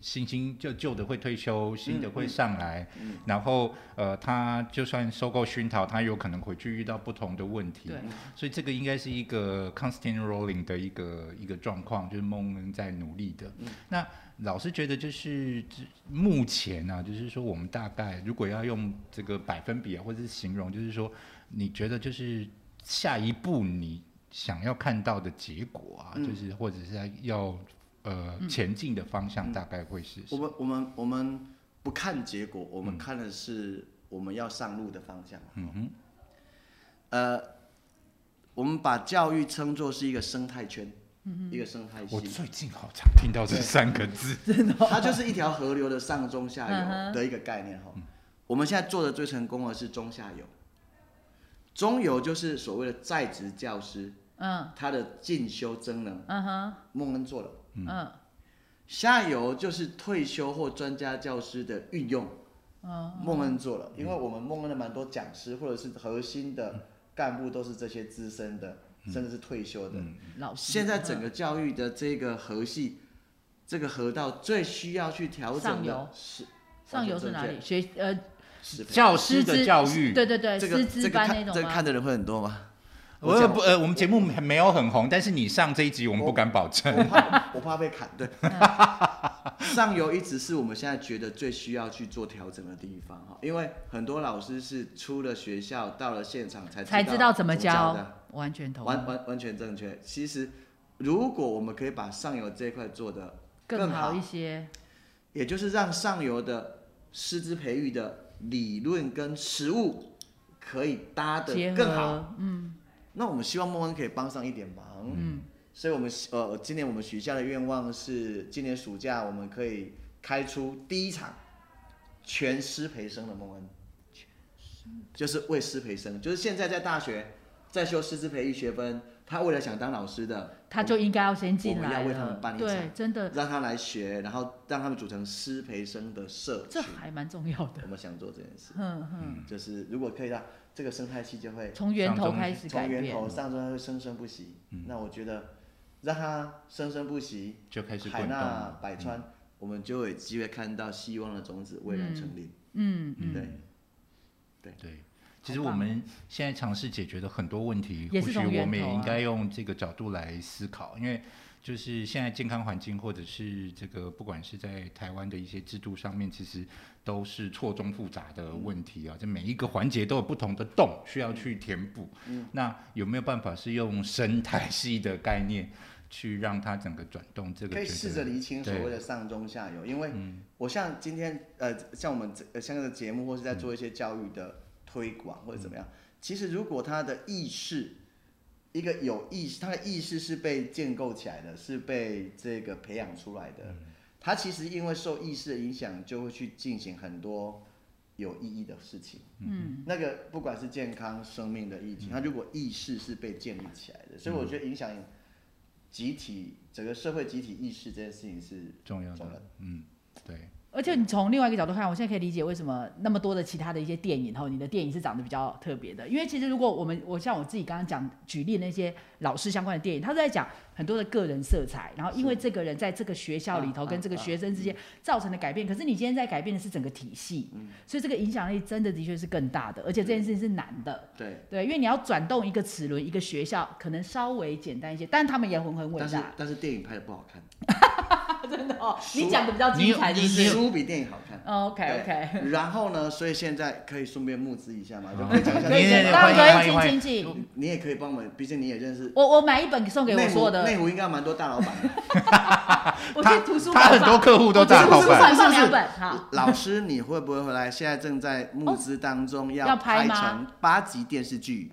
A: 新兴就旧的会退休，新的会上来，然后呃，他就算受够熏陶，他有可能回去遇到不同的问题
C: 对，
A: 所以这个应该是一个 constant rolling 的一个一个状况，就是梦恩在努力的。
B: 嗯
A: 那老师觉得就是这目前啊，就是说我们大概如果要用这个百分比啊，或者是形容，就是说你觉得就是下一步你想要看到的结果啊，
B: 嗯
A: 就是或者是在要呃前进的方向大概会是什
B: 嗯我
A: 么？
B: 们我们我们不看结果，我们看的是我们要上路的方向。嗯哼。呃，我们把教育称作是一个生态圈，一个生态
A: 我
B: 系，
A: 最近好常听到这三个字，
B: 它就是一条河流的上中下游的一个概念哈。我们现在做的最成功的是中下游，中游就是所谓的在职教师，
C: 嗯
B: 他的进修增能，
C: 嗯哼
B: 孟恩做了。
C: 嗯
B: 下游就是退休或专家教师的运用，
C: 嗯
B: 孟恩做了，因为我们孟恩的蛮多讲师或者是核心的干部都是这些资深的，甚至是退休的。
C: 老师
B: 现在整个教育的这个核系，这个河道最需要去调整
C: 上游
B: 的是哦
C: 上游是哪里？？学呃
B: 是
A: 教师的教育。
C: 对对对，
B: 这个
C: 师
B: 这
C: 资
B: 个
C: 班那
B: 看这
C: 种
B: 个
C: 吗
B: 看？的人会很多吗？
A: 我也不呃，我们节目没有很红，但是你上这一集，我们不敢保证。
B: 我怕我怕被砍，对。 上游一直是我们现在觉得最需要去做调整的地方哈，因为很多老师是出了学校到了现场才
C: 才知道怎么
B: 教
C: 教嗯
B: 的，，
C: 完全同意
B: 完完完全正确。其实如果我们可以把上游这一块做的
C: 更
B: 好
C: 好一些。
B: 也就是让上游的师资培育的理论跟实务可以搭得
C: 结合
B: 更好。嗯，那我们希望梦恩可以帮上一点忙。嗯，所以我们呃，今年我们许下的愿望是，今年暑假我们可以开出第一场全师培生的梦恩，就是为师培生，就是现在在大学在修师资培育学分，他未来想当老师的，
C: 他就应该要先进
B: 我们
C: 来
B: 要为他们
C: 了
B: 办，一场
C: 对，真的，
B: 让他来学，然后让他们组成师培生的社
C: 这
B: 群。
C: 还蛮重要的。
B: 我们想做这件事，
C: 嗯嗯，
B: 就是如果可以让这个生态系就会
C: 从源头
A: 上中
C: 开始改
B: 从源
C: 变，
B: 头上中会生生不息。那我觉得让它生生不息，
A: 就开始
B: 海
A: 滚
B: 纳
A: 动。
B: 百川，我们就有机会看到希望的种子蔚然成林。
C: 嗯嗯，
B: 对，
A: 对，其实我们现在尝试解决的很多问题，
C: 也
A: 或许
C: 是从源
A: 我们也
C: 头
A: 应
C: 啊
A: 该用这个角度来思考，因为就是现在健康环境或者是这个不管是在台湾的一些制度上面，其实都是错综复杂的问题啊，这每一个环节都有不同的洞需要去填补。
C: 嗯
A: 那有没有办法是用生态系的概念去让它整个转动？这个
B: 可以
A: 觉
B: 试
A: 得
B: 着厘清所
A: 对
B: 谓的上中下游，因为我像今天呃，像我们这呃像这个节目或是在做一些教育的推广或者怎么样，其实如果他的意识，一个有意识，他的意识是被建构起来的，是被这个培养出来的，他其实因为受意识的影响，就会去进行很多有意义的事情。嗯，那个不管是健康、生命的议题，他如果意识是被建立起来的，所以我觉得影响集体整个社会集体意识这件事情是
A: 重要
B: 重要的
A: 的，嗯，对。
C: 而且你从另外一个角度看，我现在可以理解为什么那么多的其他的一些电影，然后你的电影是长得比较特别的，因为其实如果我们我像我自己刚刚讲举例那些老师相关的电影，他都在讲很多的个人色彩，然后因为这个人在这个学校里头
B: 啊
C: 跟这个
B: 啊
C: 学生
A: 嗯
C: 之间造成的改变，可是你今天在改变的是整个体系，所以这个影响力真的的确是更大的，而且这件事情是难的。
B: 对。
C: 对，因为你要转动一个齿轮，一个学校可能稍微简单一些，但他们也很很伟
B: 但是
C: 大，
B: 但是电影拍的不好看，
C: 真的 哦。你讲的比较
A: 你
C: 精彩，
A: 你
C: 是不
A: 你
C: 是哦
B: 书比电影好看。
C: ？OK OK。
B: 对 然后呢，所以现在可以顺便募资一下嘛，就可以讲一下
A: 你
B: 这
A: 也
B: 个。
C: 当
A: 欢迎
C: 然
A: 欢
C: 可以
A: 迎
C: 请
A: 欢
C: 请
A: 迎
C: 请。
B: 你也可以帮我们，毕竟你也认识
C: 我我买一本送给我
B: 内
C: 所有
B: 湖，
C: 的
B: 内，湖应该蛮多大老板的。
C: 我
A: 他
C: 去图书
A: 他
C: 馆
A: 很多
C: 放，
A: 客户都
C: 我去
A: 大
C: 图
A: 老
C: 书
A: 板，
C: 馆放两本， 好，
B: 老师，你会不会回来？现在正在募资当中，
C: 哦要拍
B: 拍
C: 吗
B: 成八集电视剧，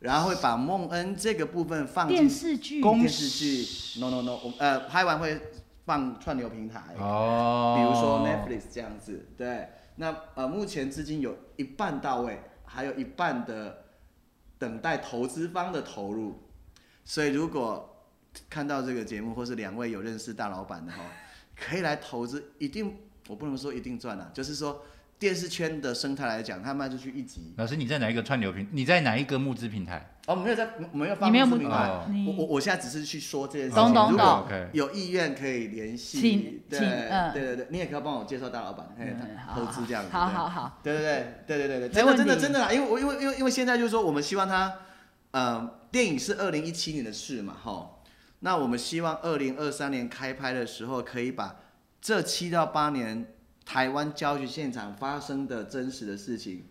B: 然后会把孟恩这个部分放进
C: 电视剧
A: 公
B: 电视剧。No No No，我呃拍完会放串流平台，
A: 哦，
B: 比如说 Netflix 这样子。对，那呃目前资金有一半到位，还有一半的等待投资方的投入，所以如果看到这个节目，或是两位有 认识大老板的哈，可以来投资，一定我不能说一定赚了、就是说电视圈的生态来讲，他卖出去一集，
A: 老师，你在哪一个串流平？你在哪一个募资平台？
B: 哦，没有在没有
C: 你
B: 放
C: 没有
B: 公司
C: 募
B: 名牌
A: 哦
C: 你
B: 我我我现在只是去说这件事
C: 懂
B: 情，
C: 懂
B: 如
C: 懂
B: 果
A: OK，
B: 有意愿可以联系
C: 请，
B: 对
C: 请嗯
B: 对对对，你也可以帮我介绍大老板，嘿
C: 嗯，
B: 他投资这样子，
C: 好好好，
B: 对对对对对对对，
C: 没
B: 真的真
C: 问
B: 的
C: 题
B: 真的啦，因为我因为因为因为现在就是说，我们希望他，呃，电影是二零一七年的事嘛，吼，那我们希望二零二三年开拍的时候，可以把这七到八年台湾教学现场发生的真实的事情，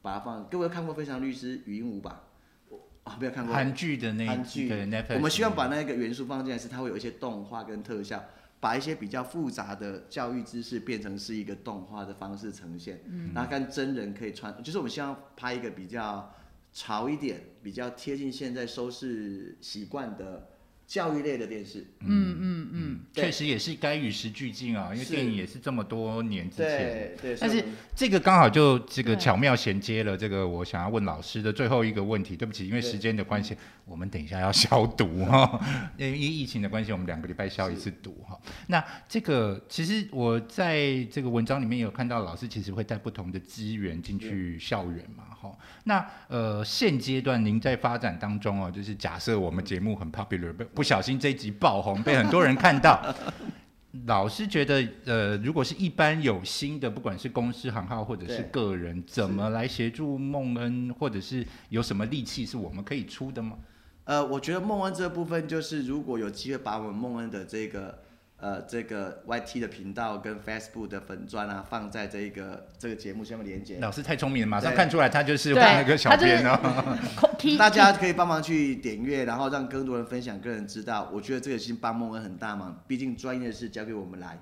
B: 把它放。各位看过《非常律师禹英禑》吧？我啊，没有看过。
A: 韩剧的那
B: 韩
A: 一
B: 剧
A: 对 Netflix，
B: 我们希望把那个元素放进来，是它会有一些动画跟特效，把一些比较复杂的教育知识变成是一个动画的方式呈现，嗯、然后跟真人可以穿，就是我们希望拍一个比较潮一点、比较贴近现在收视习惯的教育类的电视。
C: 嗯嗯嗯，
B: 对
A: 确实也是该与时俱进啊，因为
B: 是
A: 电影也是这么多年之前。
B: 对对，
A: 但
B: 所以
A: 是
B: 我们
A: 这个刚好就这个
C: 对
A: 巧妙衔接了这个我想要问老师的最后一个问题。对不起，因为
B: 对
A: 时间的关系，我们等一下要消毒哈、因为疫情的关系，我们两个礼拜消一次毒哈、那这个其实我在这个文章里面有看到，老师其实会带不同的资源进去校园嘛哈、那呃，现阶段您在发展当中哦，就是假设我们节目很 popular，不不小心这一集爆红，被很多人看到。老师觉得，呃，如果是一般有心的，不管是公司行号或者是
B: 对
A: 个人，怎么来协助梦恩，或者是有什么力气是我们可以出的吗？
B: 呃，我觉得梦恩这部分就是，如果有机会把我们梦恩的这个呃这个 YT 的频道跟 Facebook 的粉砖啊放在这个这个节目下面连接，
A: 老师太聪明了，马上
B: 对
A: 看出来他就是
C: 对
A: 那个小
C: 他就是
A: 编哦。
C: Key-
B: 嗯大家可以帮忙去点阅，然后让更多人分享，更人知道。我觉得这个已经帮梦恩很大忙，毕竟专业的事交给我们来。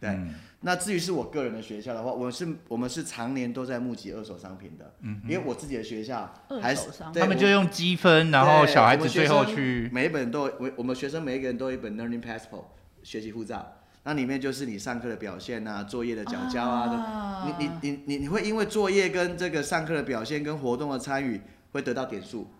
B: 对，
A: 嗯
B: 那至于是我个人的学校的话，我是我们是常年都在募集二手商品的，嗯、因为我自己的学校
C: 二
B: 还
C: 手
B: 是
C: 商
B: 对
A: 他们
B: 我
A: 就用积分，然后
B: 对
A: 小孩
B: 我
A: 子
B: 们学
A: 最后
B: 生
A: 去
B: 每一本都有我我们学生每一个人都有一本 learning passport 学习护照，那里面就是你上课的表现啊，作业的缴交啊，
C: 啊
B: 你你你你你会因为作业跟这个上课的表现跟活动的参与会得到点数，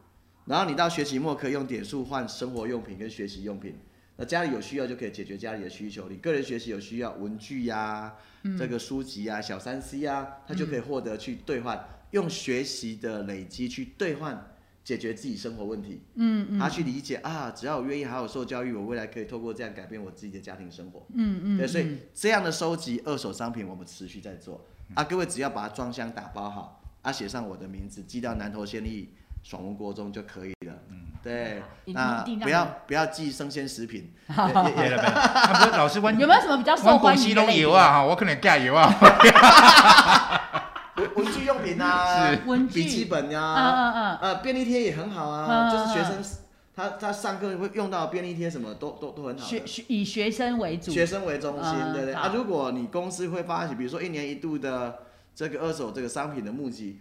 B: 然后你到学期末可以用点数换生活用品跟学习用品。那家里有需要就可以解决家里的需求，你个人学习有需要文具呀、这个书籍呀、小三 C 呀、他就可以获得去兑换，用学习的累积去兑换解决自己生活问题。他去理解啊，只要我愿意好好受教育，我未来可以透过这样改变我自己的家庭生活。嗯嗯，对，所以这样的收集二手商品，我们持续在做
C: 嗯
B: 啊。各位只要把它装箱打包好，啊，写上我的名字，寄到南投县立爽文国中就可以了。嗯，对，
C: 一定
B: 那
C: 一定让
B: 不要
C: 人
B: 不要寄生鲜食 品，
A: 对了呗。他们说老师弯
C: 有没有什么比较受
A: 弯
C: 欢
A: 国
C: 迎
A: 西
C: 的
A: 东
C: 类别
A: 油？啊，哈，我可能盖油啊。
B: 文文具用品啊，
C: 文具
B: 笔记本呀、
C: 嗯嗯嗯，
B: 呃，便利贴也很好啊，
C: 嗯
B: 就是学生他他上课会用到的便利贴，什么都都都很好的。
C: 学学以学生为主，
B: 学生为中心，
C: 嗯
B: 对不对
C: 好
B: 啊。如果你公司会发起，比如说一年一度的这个二手这个商品的募集，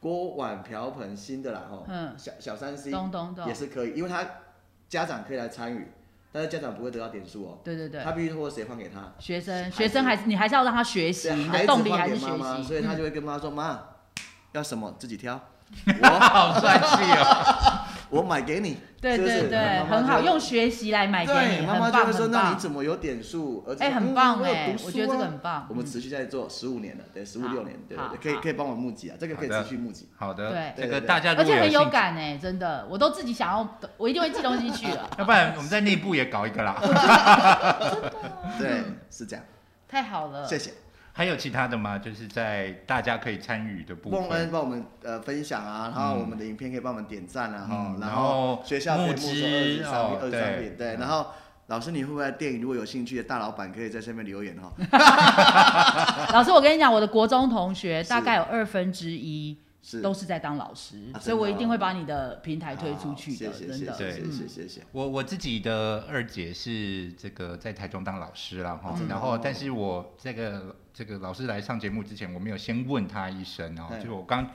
B: 锅碗瓢盆新的啦，吼，
C: 嗯
B: 小小三 C
C: 懂懂懂
B: 也，是可以，因为他家长可以来参与，但是家长不会得到点数哦，
C: 对对对
B: 他，必须通过谁换给他，
C: 学生
B: 孩
C: 学生
B: 子
C: 还是你还是要让他学习，
B: 对，
C: 你
B: 孩
C: 的
B: 子
C: 动力还
B: 换
C: 是
B: 给
C: 学
B: 妈妈，
C: 习，
B: 所以他
C: 嗯
B: 就会跟妈说，妈，要什么自己 挑，我
A: 好帅气哦！
B: 我买给你，
C: 对
B: 是不是
C: 对对
B: 妈，妈
C: 很好，
B: 就
C: 用学习来买给
B: 对，
C: 你，
B: 妈妈
C: 很
B: 就
C: 棒
B: 会说，
C: 很
B: 那你
C: 棒，
B: 怎么有点数？而且
C: 哎，很棒
B: 哎
C: 哎，，我觉得这个
B: 很。
C: 很棒，
B: 我们
C: 嗯
B: 持续在做十五年了，对，十五
C: 好
B: 六年，对
C: 好
B: 对对，可以
C: 好
B: 可以帮我募集啊，这个可以
A: 好的
B: 持续募集。
A: 好的，
C: 对
A: 这个
B: 对对
A: 大家
C: 而
A: 如果
C: 且很
A: 有
C: 有
A: 兴趣，
C: 感哎，真的，我都自己想要，我一定会寄东西去了，
A: 要不然我们在内部也搞一个啦。
B: 对，
C: 嗯
B: 是这样，
C: 太好了，
B: 谢谢。
A: 还有其他的吗？就是在大家可以参与的部
B: 孟
A: 分。
B: 恩帮我们呃分享啊，然后
A: 嗯
B: 我们的影片可以帮我们点赞啊，哈
A: 嗯，
B: 然
A: 然后
B: 学校可以
A: 募
B: 募
A: 资
B: 集二十商品，
A: 哦
B: 二十商品，
A: 对
B: 对，
A: 嗯
B: 然后老师你会不会电影如果有兴趣的大老板可以在下面留言哈，
C: 老师，我跟你讲，我的国中同学大概有二分之一
B: 是
C: 都是在当老师
B: 啊，
C: 所以我一定
B: 真的哦
C: 会把你的平台推出去的，
B: 好谢谢
C: 真
B: 谢
C: 的。嗯
A: 对
B: 谢谢谢谢谢
A: 我我自己的二姐是这个在台中当老师啦，哈、
B: 真的
A: 然
B: 哦
A: 后但是我这个这个老师来上节目之前，我没有先问他一声哦，
B: 嗯
A: 就是我刚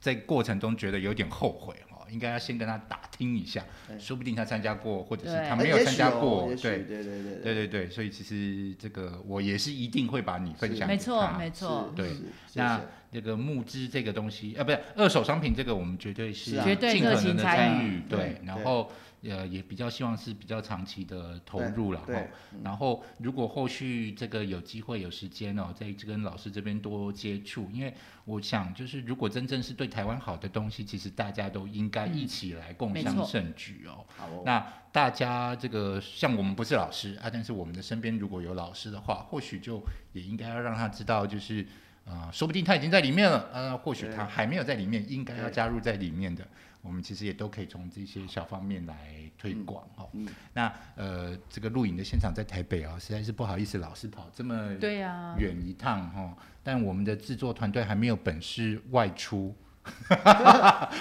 A: 在过程中觉得有点后悔哦，应该要先跟他打听一下，
B: 对
A: 说不定他参加过，或者是
C: 对
A: 他
C: 啊
A: 没有参加过，
B: 哎也许哦也许
A: 对。
B: 对对对
A: 对对对，所以其实这个我也是一定会把你分享给
C: 嗯没错
A: 他
C: 没错，
A: 对
B: 是是
A: 那
B: 谢谢
A: 这个募资这个东西，呃，不是二手商品这个，我们绝对
B: 是
A: 是
B: 啊绝
C: 对
A: 尽可
C: 热情
A: 能的
C: 参
A: 参
C: 与
A: 与，对
B: 对，
A: 然后呃也比较希望是比较长期的投入了
B: 对
A: 哈。然后如果后续这个有机会有时间哦，再跟老师这边多接触，因为我想就是如果真正是对台湾好的东西，其实大家都应该一起来共
C: 嗯没
A: 襄
C: 错
A: 盛举哦。
B: 好哦，
A: 那大家这个像我们不是老师啊，但是我们的身边如果有老师的话，或许就也应该要让他知道，就是呃，说不定他已经在里面了，呃，或许他
B: 对
A: 还没有在里面，应该要
B: 对
A: 加入在里面的。我们其实也都可以从这些小方面来推广哦。
B: 嗯
A: 那呃，这个录影的现场在台北哦，实在是不好意思，老师跑这么
C: 对啊呀、
A: 远一趟哈、哦，但我们的制作团队还没有本事外出，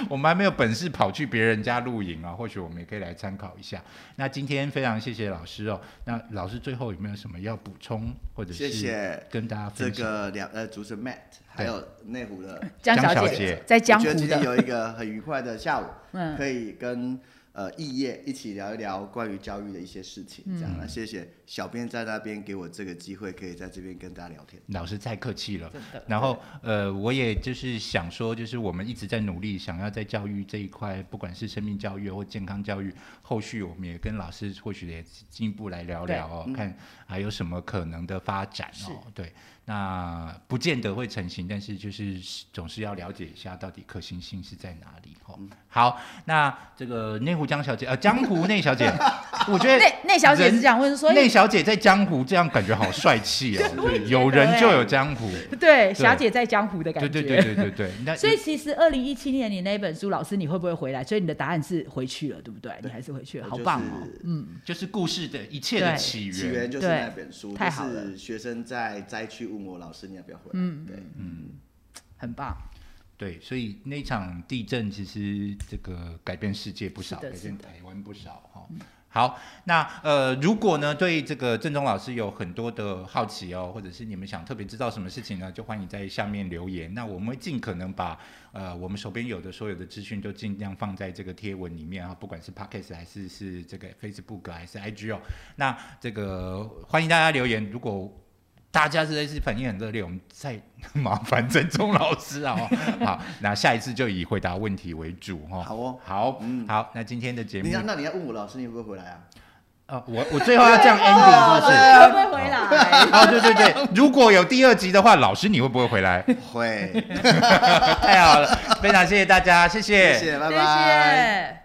A: 我们还没有本事跑去别人家露营啊，或许我们也可以来参考一下。那今天非常谢谢老师哦，那老师最后有没有什么要补充或者
B: 谢
A: 是
B: 谢
A: 跟大家
B: 这
A: 分享？
B: 个两呃主持人 Matt，还有内湖的
C: 江
A: 江小
C: 小
A: 姐
C: 在江
B: 我
C: 湖
B: 觉得今天
C: 的，
B: 有一个很愉快的下午，
C: 嗯
B: 可以跟呃异业一起聊一聊关于教育的一些事情，
C: 嗯
B: 这样。那谢谢小编在那边给我这个机会，可以在这边跟大家聊天。
A: 老师太客气了。
C: 真的
A: 然后，呃，我也就是想说，就是我们一直在努力，想要在教育这一块，不管是生命教育或健康教育，后续我们也跟老师或许也进一步来聊聊哦，
C: 嗯
A: 看还有什么可能的发展哦。对，那不见得会成型，但是就是总是要了解一下到底可行性是在哪里
C: 嗯
A: 哦。好，那这个内湖江小姐，呃，江湖内 小姐，我觉得
C: 内内小姐是这样问，所
A: 内
C: 以
A: 小姐在江湖这样感觉好帅气 哦，有人就有江湖。
C: 对霞姐在江湖哎的感觉。
A: 对对对对对对，
B: 呃
A: 那
C: 所以其实二零一七年你那本书，老师你会不会回来？所以你的答案是回去了，对不对？你还是回去了，好棒哦！
B: 就是
C: 嗯，
A: 就是故事的一切的
C: 对
A: 起
B: 起
A: 源。
B: 源就是
C: 对
B: 那本书，
C: 太
B: 就
C: 好了
B: 是学生在灾区问我老师你要不要回来，
C: 嗯
B: 对，
C: 很棒，
A: 对，所以那场地震其实这个改变世界不少，
C: 是的
A: 改
C: 是
A: 变
C: 的
A: 台湾不少哈、好，那呃，如果呢对这个郑中老师有很多的好奇哦，或者是你们想特别知道什么事情呢，就欢迎在下面留言。那我们会尽可能把呃我们手边有的所有的资讯都尽量放在这个贴文里面啊，不管是 Podcast 还是是这个 Facebook 还是 IG 哦。那这个欢迎大家留言，如果大家实在是反应很热烈，我们再 麻烦郑中老师啊、哦。好，那下一次就以回答问题为主哦。
B: 好哦。
A: 好，
B: 嗯
A: 好，那今天的节目
B: 你，要那你要问我老师你会不会回来啊？
A: 呃，我我最后要这样 ending 是不 是？
C: 会哦不会回来？
A: 哦，对对对，如果有第二集的话，老师你会不会回来？
C: 嗯
B: 会，
A: 太好了，非常谢谢大家，
B: 谢谢，拜拜。
C: 谢谢。